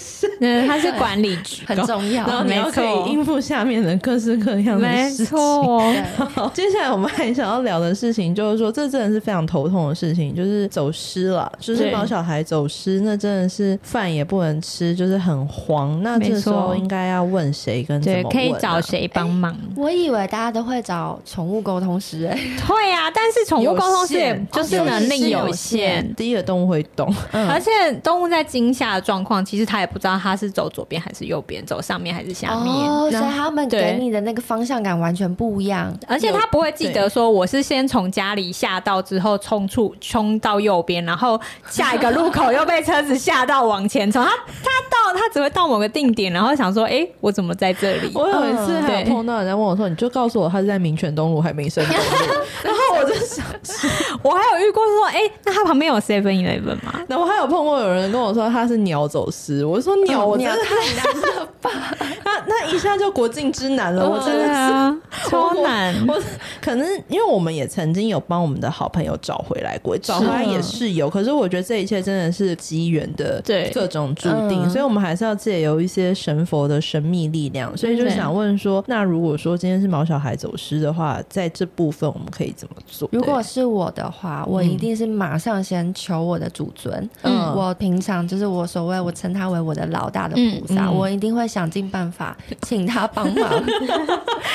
S2: 嗯，他是管理局，
S3: 很重要
S1: 然，后你要可以应付下面的各式各样的
S2: 没
S1: 事情。
S2: 错。
S3: 对
S1: 好 接下来我们还想要聊的事情，就是说这真的是非常头痛的事情，就是走失了，就是
S2: 对
S1: 毛小孩走失，那真的是饭也不能吃，就是很慌。那这
S2: 没
S1: 时
S2: 错
S1: 候应该要问谁跟怎
S2: 对，
S1: 么
S2: 可以
S1: 问啊
S2: 找谁帮忙？
S3: 我以为大家都会找宠物沟通师、 哎，
S2: 会啊，但是宠物沟通师也
S1: 有限
S2: 就是
S1: 哦
S2: 能力有
S3: 有限
S2: 限，
S1: 第一个动物会动，
S2: 而且动物在惊吓的状况，其实它也不知道它是走左边还是右边，走上面还是下面。
S3: 哦，所
S1: 然
S3: 以
S1: 后
S3: 他们
S2: 对
S3: 给你的那个方向感完全不一样。
S2: 而且它不会记得说我是先从家里吓到之后冲出冲到右边，然后下一个路口又被车子吓到往前冲。它它到它只会到某个定点，然后想说，哎、我怎么在这里？
S1: 我有一次
S2: 嗯
S1: 还有
S2: 对
S1: 碰到人家问我说：“你就告诉我他是在民权东路还民生东路。” 然后我就想，
S2: 我还有遇过说，哎、那它旁边有 Seven Eleven 吗？
S1: 然后还有碰过有人跟我说他是鸟走失，我说鸟，我真的太难了吧？那那一下就国境之南了，我哦真的
S2: 对
S1: 是。
S2: 啊，超
S1: 我
S2: 难。
S1: 我可能因为我们也曾经有帮我们的好朋友找回来过，找回来也是有，可是我觉得这一切真的是机缘的，
S2: 对
S1: 各种注定，
S3: 嗯
S1: 所以我们还是要借由一些神佛的神秘力量。所以就
S2: 对
S1: 想问说，那如果说今天是毛小孩走失的话，在这部分我们可以怎么做？
S3: 如果是我的话，我一定是马上先求我的主尊。
S1: 嗯
S3: 嗯，我平常就是我所谓我称他为我的老大的菩萨，
S1: 嗯嗯
S3: 我一定会想尽办法请他帮忙。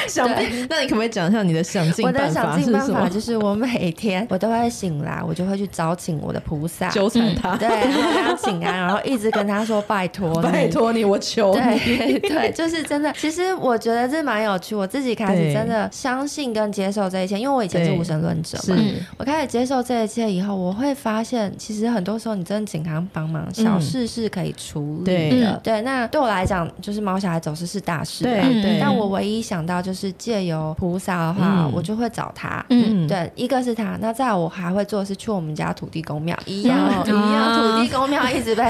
S1: 想必，那你可不可以讲一下你的想尽
S3: 我的
S1: 办法
S3: 想
S1: 是
S3: 尽办
S1: 什
S3: 法
S1: 么？
S3: 就是我每天我都会醒来，我就会去找请我的菩 萨，
S1: 纠缠他，
S3: 对，然后跟他请安，然后一直跟他说 拜托你，
S1: 拜托你，我求你。
S3: 对 对，就是真的。其实我觉得这蛮有趣，我自己开
S1: 对
S3: 始真的相信跟接受这一切，因为我以前是
S1: 对
S3: 无神论者
S1: 是
S3: 嘛。 我开始接受这一切以后，我会发现，其实很多时候你真的请他帮忙，小事是可以处理的。
S2: 嗯
S3: 对，那对我来讲，就是毛小孩走失是大事啊、
S1: 对对，
S3: 但我唯一想到就是借由菩萨的话，
S1: 嗯
S3: 我就会找他。
S2: 嗯，
S3: 对，一个是他，那再来我还会做的是去我们家土地公庙，一样、
S1: 嗯
S3: 一样，
S2: 啊
S3: 土地公庙一直被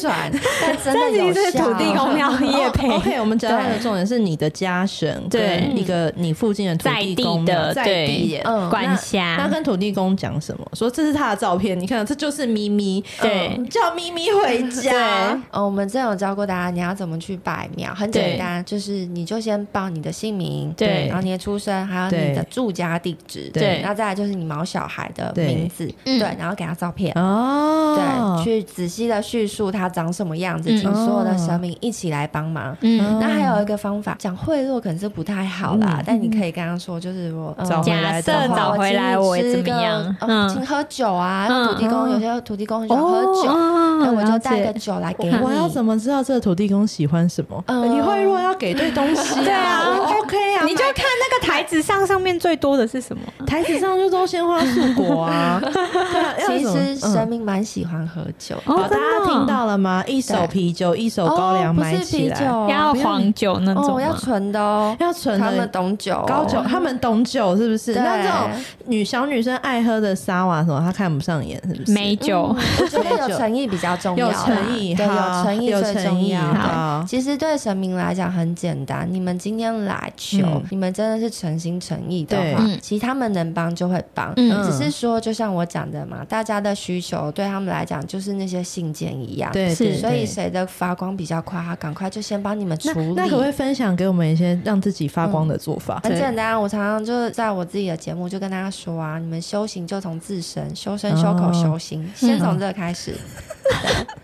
S3: 传，但真的
S2: 这
S3: 有
S2: 集是
S3: 效。
S2: 土地公庙夜配
S1: 哦 OK，我们讲到的重点是你的家神，
S2: 对
S1: 一个你附近的土
S2: 在
S1: 地公
S2: 地
S1: 庙
S2: 的
S1: 在地
S2: 对
S1: 人。
S3: 嗯，
S2: 管
S1: 那
S2: 辖。
S1: 跟土地公讲什么？说这是他的照片，你看这就是咪咪，
S2: 对
S1: 嗯叫咪咪回家。
S3: 哦，我们之前有教过大家你要怎么去拜庙，很
S1: 对
S3: 简单，就是你就先报你的姓名，
S2: 对
S3: 然后你的出生，还有
S1: 对
S3: 你的住家地址，
S1: 对
S3: 然后再来就是你毛小孩的
S1: 对
S3: 名字，
S2: 嗯
S3: 对，然后给他照片。
S1: 哦
S3: 对，，去仔细的叙述他长什么样子，
S2: 嗯
S3: 请所有的
S1: 哦
S3: 神明一起来帮忙。
S2: 嗯，
S3: 那还有一个方法，讲贿赂可能是不太好啦，
S1: 嗯
S3: 但你可以跟他说，就是我、呃
S1: 找回来
S2: 假
S1: 的话
S2: 设找回来我
S3: 请
S2: 怎
S3: 吃
S2: 么
S3: 个
S2: 样？
S3: 呃请喝酒啊，
S2: 嗯
S3: 土地公有些土地公很喜欢喝酒，
S2: 哦
S3: 那哎我就
S2: 了
S3: 带
S2: 解
S3: 个酒来给你。
S1: 嗯我要怎么知道这个土地公喜欢什么？
S3: 嗯
S1: 你会若要给对东西，
S2: 对啊
S1: 我，OK 啊，
S2: 你就
S1: 买
S2: 看那个台子上上面最多的是什么？
S1: 台子上就都鲜花素 果啊。对 啊要
S3: 其
S1: 什么
S3: 实
S1: 嗯
S3: 神明蛮喜欢喝酒，
S2: 哦
S1: 好，大
S2: 真的
S1: 家
S2: 哦
S1: 听到了吗？一手
S3: 啊对
S1: 啤酒，一手高粱，
S3: 哦不
S1: 买
S3: 是
S1: 起
S3: 啤
S1: 来
S3: 酒，哦，
S2: 要黄酒那种
S3: 哦，
S2: 吗
S3: 要纯的哦，
S1: 要纯
S3: 他
S1: 的
S3: 们懂酒哦，
S1: 高酒，他们懂酒是不是？
S3: 对嗯
S1: 那这种女小女生爱喝的沙瓦什么，她看不上眼是不是？
S2: 美酒，
S3: 我觉得有诚意比较重要啦，
S1: 有诚意
S3: 对，有
S1: 好
S3: 诚意
S1: 有
S3: 最
S1: 诚
S3: 重
S1: 意
S3: 要。
S1: 好
S3: 对，其实对神明来讲很简单，你们今天来求
S1: 嗯，
S3: 你们真的是诚心诚意的
S1: 对
S3: 话
S2: 嗯，
S3: 其实他们能帮就会帮。
S2: 嗯
S3: 只是说，就像我讲的嘛，大家的需求对他们来讲就是那些信件一样，
S1: 对，
S2: 是
S1: 对
S3: 所以
S1: 对
S3: 谁的发光比较快，他赶快就先帮你们处
S1: 那
S3: 理。
S1: 那可不可以分享给我们一些让自己发光的做法？
S3: 很
S2: 对
S3: 简单，啊我常常就是在我自己的节目就跟大家说啊，你们修行就从自身修身、修口、
S1: 哦
S3: 修心，先从这个开始。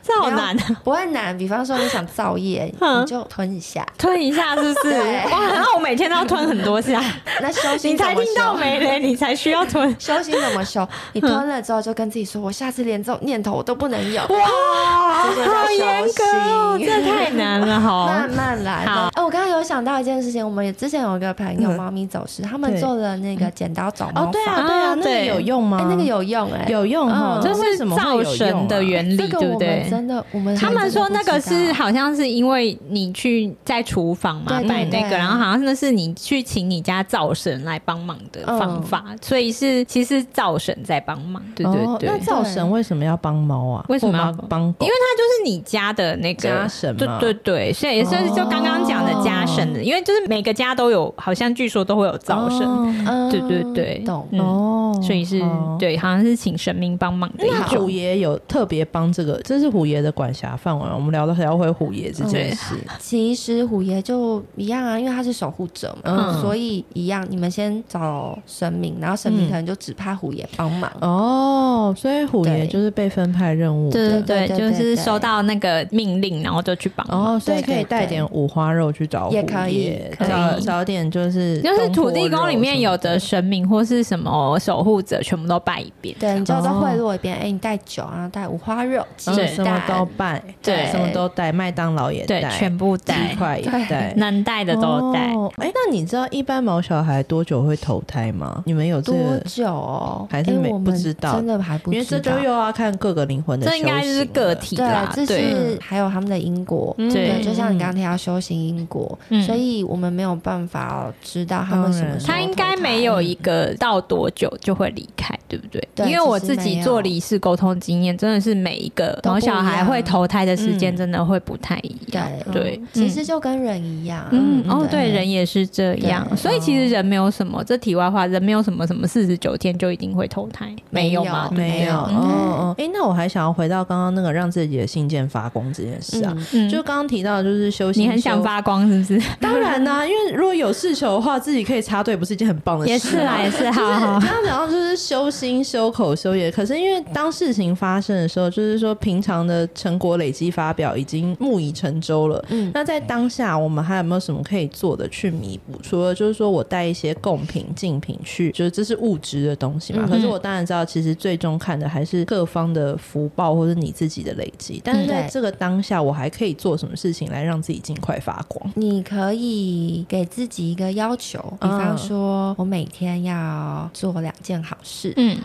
S2: 这嗯好难啊！
S3: 不会难。比方说你想造业，
S2: 嗯
S3: 你就吞一下。
S2: 吞一下是不是？
S3: 对
S2: 哇，那我每天都要吞很多下，
S3: 那修行
S2: 你才
S3: 怎么
S2: 听到
S3: 修？
S2: 没嘞？你才需要 吞。
S3: 修行怎 么修？你吞了之后就跟自己说，我下次连这种念头我都不能有。
S2: 哇，
S3: 这就叫
S2: 好严格哦，
S3: 修行
S2: 这太难了哈
S3: 慢。慢来
S2: 好
S3: 嘛。哎、我刚刚有想到一件事情，我们之前有一个朋友
S1: 嗯
S3: 猫咪走失，他们
S1: 对
S3: 做了那个剪刀找猫
S1: 哦
S3: 法，，
S1: 对啊，对啊，
S2: 啊
S1: 那个
S2: 对
S1: 有用吗？
S3: 哎、那个有用哎、
S1: 有用哈，
S3: 嗯
S2: 这
S1: 为
S2: 是
S1: 什么会
S2: 造
S1: 有用啊
S2: 神的原理，
S3: 这
S2: 对
S3: 个
S2: 不
S3: 我们
S2: 对？
S3: 真的，我们
S2: 他们说那个
S3: 真的
S2: 是
S3: 不知道
S2: 好像是因为你去在厨房嘛
S3: 对
S2: 摆
S3: 对
S2: 那个，
S3: 对
S2: 然后好像那是你去请你家灶神来帮忙的方法，所以是其实是灶神在帮忙，对对
S1: 哦
S2: 对，
S1: 那造神为什么要帮猫啊？
S2: 为什么要
S1: 或猫帮
S2: 因
S1: 狗？
S2: 为它就是你家的那个
S1: 家神嘛
S2: 对对对，所以也就是就刚刚讲的家神的，因为就是每个家都有，好像据说都会有灶神，
S1: 哦
S3: 嗯
S2: 对对对，
S3: 懂。
S2: 嗯
S1: 哦，
S2: 所以是
S1: 好。
S2: 对，好像是请神明帮忙的一
S1: 那虎
S2: 种。
S1: 爷有特别帮这个，这是虎爷的管辖范围。我们聊到聊回虎爷这件事，
S3: 其实虎爷就一样啊，因为他是守护者嘛，
S1: 嗯
S3: 所以一样。你们先找神明，然后神明
S1: 嗯
S3: 可能就指派虎爷帮忙。
S1: 哦，所以虎爷
S3: 对
S1: 就是被分派任务的，
S2: 对对
S3: 对
S2: 对，
S3: 对
S2: 就
S3: 对
S2: 是
S3: 对
S2: 收到那个命令，然后就去帮忙。
S1: 哦，所以可以
S3: 对对
S1: 带点五花肉去找虎
S3: 也可以
S1: 爷
S3: 可以
S1: 找找点就是
S2: 就是土地
S1: 东坡肉
S2: 公里面有
S1: 什么
S2: 的神明或是什么守护者，全部都拜一遍。
S3: 对，你就再
S1: 哦
S3: 贿赂一遍。哎、你带酒啊，带五花肉、鸡
S1: 嗯什么
S3: 蛋，
S1: 都拜，
S2: 对
S1: 什么都带，麦当劳也
S2: 对，
S1: 带，
S2: 全部
S1: 鸡
S2: 带，
S1: 块也带。
S2: 能带的都带。
S1: 哦哎、那你知道一般毛小孩多久会投胎吗？你们有这
S3: 多
S1: 个？
S3: 久哦？
S1: 还是
S3: 哎
S1: 没
S3: 我们
S1: 不知道
S3: 真的还不
S1: 因
S3: 知道。
S1: 为这就又要看各个灵魂的修
S2: 这
S1: 行
S2: 应
S1: 了，
S2: 该就是个体啦，
S3: 对，这
S2: 对
S3: 是还有他们的因果。
S1: 嗯，
S2: 对
S3: 对，就像你刚刚提到修行因果，
S2: 嗯
S3: 所以我们没有办法知道他们什么时候
S2: 他应该
S3: 投胎
S2: 没有一个到多久就会离开，对不对？
S3: 对
S2: 因为我
S3: 其
S2: 自
S3: 实
S2: 己
S3: 没有
S2: 做离世沟通经验，真的是每一个
S3: 都不
S2: 毛
S3: 一样
S2: 小孩会投胎的时间
S1: 嗯
S2: 真的会不太一样。
S3: 对
S2: 对嗯
S3: 其实就跟人一样，
S2: 嗯，哦，对，
S3: 对
S2: 人也是这样，
S3: 对嗯
S2: 所以其实人没有什么，这题外话，人没有什么什么四十九天就一定会投胎，没有吗？
S3: 没有
S1: 没有。
S3: 嗯
S1: 哦哦，哎、那我还想要回到刚刚那个让自己的信件发光这件事啊，
S3: 嗯
S2: 嗯
S1: 就刚刚提到的就是修行，
S2: 你很想，发光是不是？
S1: 当然啦、因为如果有事求的话，自己可以插队，不是一件很
S3: 啊
S1: 棒的事啊
S2: 也
S1: 吗
S2: 是啊啦，也是，好好
S1: 刚。刚讲到就是修心、修口、修业，可是因为当事情发生的时候，就是说平常的成果累积发表已经木已成舟了。
S3: 嗯
S1: 那在当下，我们还有没有什么可以做的去弥补？除了就是说我带一些贡品、竞品去，就是这是物质的东西嘛。
S3: 嗯
S1: 可是我当然知道，其实最终看的还是各方的福报或者你自己的累积。但是在
S3: 对
S1: 这个当下，我还可以做什么事情来让自己尽快发光？
S3: 你可以给自己一个要求，比
S1: 嗯
S3: 方说，我每天要做两件好事，
S2: 嗯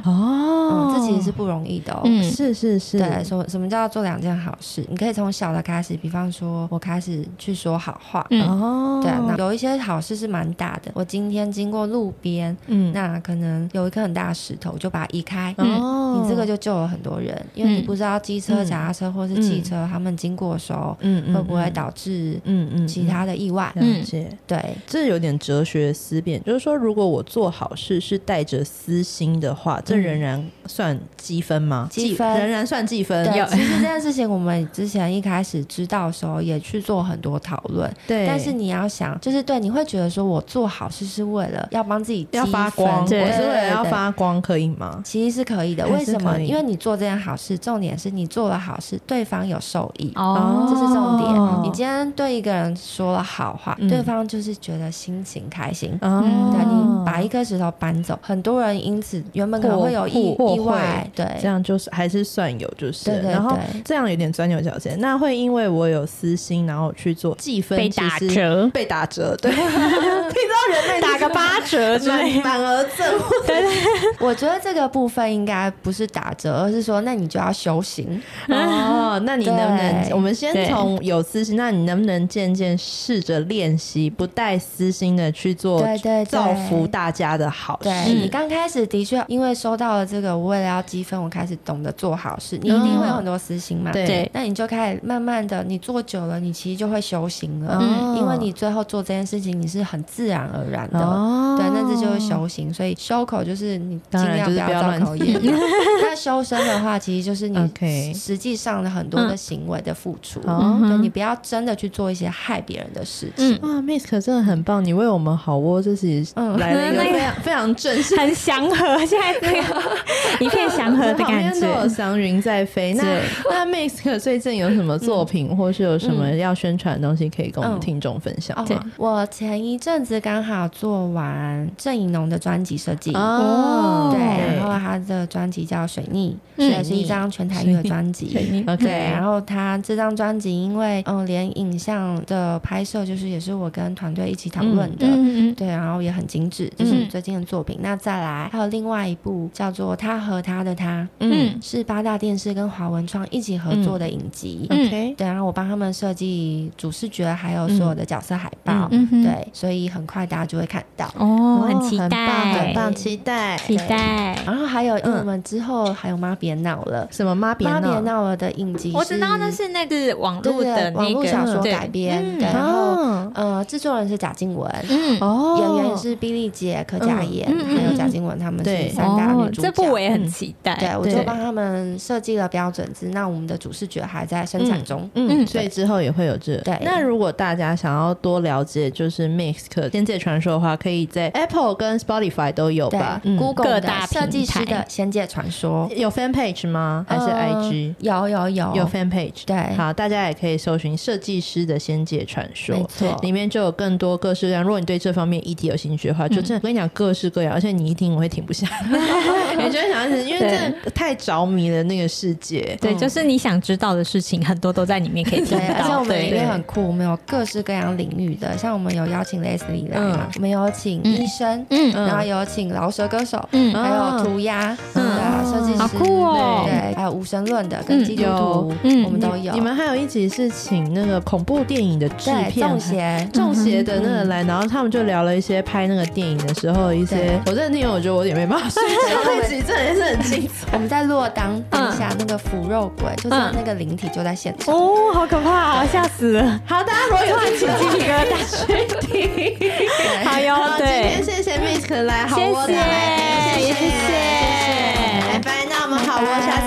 S3: 嗯，
S1: 哦
S3: 这其实是不容易的哦。
S2: 嗯
S1: 是是是，
S3: 对，什么什么叫做两件好事？你可以从小的开始，比方说，我开始去说好话，
S2: 嗯
S1: 哦，
S3: 对，那有一些好事是蛮大的。我今天经过路边，
S1: 嗯
S3: 那可能有一颗很大的石头，我就把它移开。
S2: 嗯
S1: 哦
S3: 你这个就救了很多人，因为你
S2: 嗯
S3: 不知道机车、
S1: 嗯
S3: 脚踏车或是汽车，他们经过的时候
S1: 嗯嗯
S3: 会不会导致
S1: 嗯嗯
S3: 其他的意外。
S1: 嗯了解。
S3: 对，
S1: 这有点哲学思辨，就是说，如果我做好事是带着私心的话，这仍然算积分吗？
S3: 嗯积分
S1: 仍然算积分。
S3: 对
S2: 有，
S3: 其实这件事情我们之前一开始知道的时候，也去做很多讨论。
S1: 对
S3: 但是你要想，就是对，你会觉得说我做好事是为了要帮自己
S1: 要
S3: 积
S1: 发光，我
S3: 分
S1: 是
S2: 对
S1: 为
S3: 对
S1: 了
S3: 对
S1: 要
S3: 对
S1: 发光，可以吗？
S3: 其实是可以的，
S1: 还
S3: 为
S1: 是
S3: 什么
S1: 可？以
S3: 因为你做这件好事，重点是你做了好事，对方有受益，
S2: 哦
S3: 这是重点。
S1: 哦
S3: 你今天对一个人说了好话，
S1: 嗯
S3: 对方就是觉得心情开心。
S1: 哦
S2: 嗯
S3: 对你把一颗石头搬走，很多人因此原本可能会有意
S1: 或或
S3: 意外，对
S1: 这样就是还是算有，就是
S3: 对对
S1: 然后
S3: 对
S1: 这样有点钻牛角尖。那会因为我有私心，然后去做计分，
S2: 被打，折，
S1: 被打折，对，听到人 类
S2: 打个八 折之类
S1: 满
S2: 的。
S1: 满额赠或
S3: 我觉得这个部分应该不是打折，而是说，那你就要修行。
S1: 哦，那你能不能？
S3: 对
S1: 我们先
S2: 对
S1: 从有私心，那你能不能渐渐试着练习，不带私心的去做
S3: 对对对
S1: 造福大家的好事？
S3: 对你刚开始的确，因为收到了这个，我为了要积分，我开始懂得做好事。你一定会有很多私心嘛，
S1: 嗯对
S2: 对
S3: 那你就开始慢慢的，你做久了，你其实就会修行了，
S1: 嗯
S3: 因为你最后做这件事情，你是很自然而然的。
S1: 哦
S3: 对，那这就是修行，所以修口就是你尽
S1: 当然
S3: 量
S1: 就是
S3: 要
S1: 不要
S3: 造
S1: 乱
S3: 口业。 那修身的话，其实就是你
S1: OK 嗯
S3: 实际上的很多的行为的付出，
S1: 哦
S3: 对你不要真的去做一些害别人的事情。
S2: 嗯，
S1: 哇，Miss 可真的很棒，你为我们好窝，这是
S3: 嗯
S1: 来了一个
S2: 那个
S1: 非常非常正式。
S2: 很详祥和，现在这个 一片祥和的
S1: 旁
S2: 感
S1: 边都有
S2: 觉。
S1: 祥云在飞。那
S2: 对
S1: 那 Max 最近有什么作品，或是有什么要宣传的东西，可以跟我
S3: 嗯
S1: 们听众分享
S3: 哦
S1: 吗？，
S3: 我前一阵子刚好做完郑怡农的专辑设计，
S1: 哦
S3: 对，然后他的专辑叫《水逆》，
S2: 嗯
S3: 所以是一张全台语的专辑。对，然后他这张专辑，因为嗯、呃连影像的拍摄，就是也是我跟团队一起讨论的，
S2: 嗯嗯嗯
S3: 对，然后也很精致，这是最近的作品。那再来还有另外一部叫做《他和他的他》，
S2: 嗯
S3: 是八大电视跟华文创一起合作的影集。
S2: 嗯
S1: ，OK，
S3: 对，然后我帮他们设计主视觉，还有所有的角色海报。
S2: 嗯哼，
S3: 对，所以很快大家就会看到。
S2: 哦，很期
S1: 很棒，很
S2: 待，
S1: 棒，期待。
S2: 期待。
S3: 然后还有，因为
S1: 嗯
S3: 我们之后还有《妈别闹了
S1: 什么妈》，
S3: 《
S1: 别
S3: 妈别
S1: 闹，
S3: 闹了》的影集，
S2: 我知道那是那个网
S3: 对
S2: 络
S3: 对
S2: 的
S3: 对网
S2: 那
S3: 络
S2: 个
S3: 小说
S2: 对
S3: 改编，
S2: 嗯
S3: 对然后
S1: 哦
S3: 呃，制作人是贾静雯，
S2: 嗯，
S1: 哦，
S3: 演员是毕丽姐、柯佳妍，
S2: 嗯嗯嗯
S3: 还有贾静雯，他们
S1: 对
S3: 是三大女主
S2: 哦
S3: 角。
S2: 这部我也很期待。
S3: 对，我就
S1: 对
S3: 帮他们设计了标准字，那我们的主视觉还在生产中。
S1: 嗯，
S2: 嗯
S1: 所以之后也会有这。
S3: 对
S1: 那如果大家想要多了解就是 Mix 可仙界传说的话，可以在 Apple 跟 Spotify 都有
S3: 对嗯
S1: 吧？
S2: 各
S3: ，Google
S2: 大
S3: 的
S2: 平
S3: 设计师
S2: 台
S3: 的《仙界传说》
S1: 有 Fan Page 吗？还是
S3: 呃哦
S1: IG？、
S3: 有有有
S1: 嗯有 Fan Page。
S3: 对
S1: 好，大家也可以搜寻设计师的仙界传
S3: 没
S1: 说。
S3: 错，
S1: 里面就有更多各式各样。如果你对这方面议题有兴趣的
S3: 嗯
S1: 话，就真的我跟你讲各式各样，而且你一听我会停不 下来，你就会想要一直，因为
S2: 对
S1: 真的太着迷了那个世界。嗯
S2: 对，就是你想知道的事情，很多都在里面可以听
S3: 对，而且我
S2: 到。
S3: 们里
S2: 对，
S3: 面很酷，我们有各式各样领域的，像我们有邀请 Leslie 来嘛
S1: 嗯，
S3: 我们有请医生，
S2: 嗯
S3: 然后有请饶舌歌手，
S2: 嗯
S3: 还有涂鸦，对啊，设计师，
S2: 好酷哦
S3: 对，还有无神论的跟基督徒
S2: 嗯有，
S3: 我们都有
S1: 你。们还有一集是请那个恐怖电影的制
S3: 对，嗯
S1: 片
S3: 中邪，
S1: 中邪的那个来，然后他们就聊了一些拍那个电影的时候一些
S3: 对，
S1: 我真的听，我觉得我有点没办法睡觉，那集真的是很精彩。
S3: 我们在洛当当下那个腐肉鬼，就是
S2: 嗯
S3: 那个灵体就在现场。
S2: 哦，好可怕，吓死 了！
S1: 好，大家如果有兴趣，
S2: 鸡皮疙瘩。 好哟
S1: 好，，今
S2: 对
S1: 天，谢谢 Miss 来好
S2: 谢
S1: 窝的来宾，
S2: 谢，
S1: 谢
S2: 谢
S1: 谢，
S2: 谢。
S1: 拜拜。那我们好窝，下次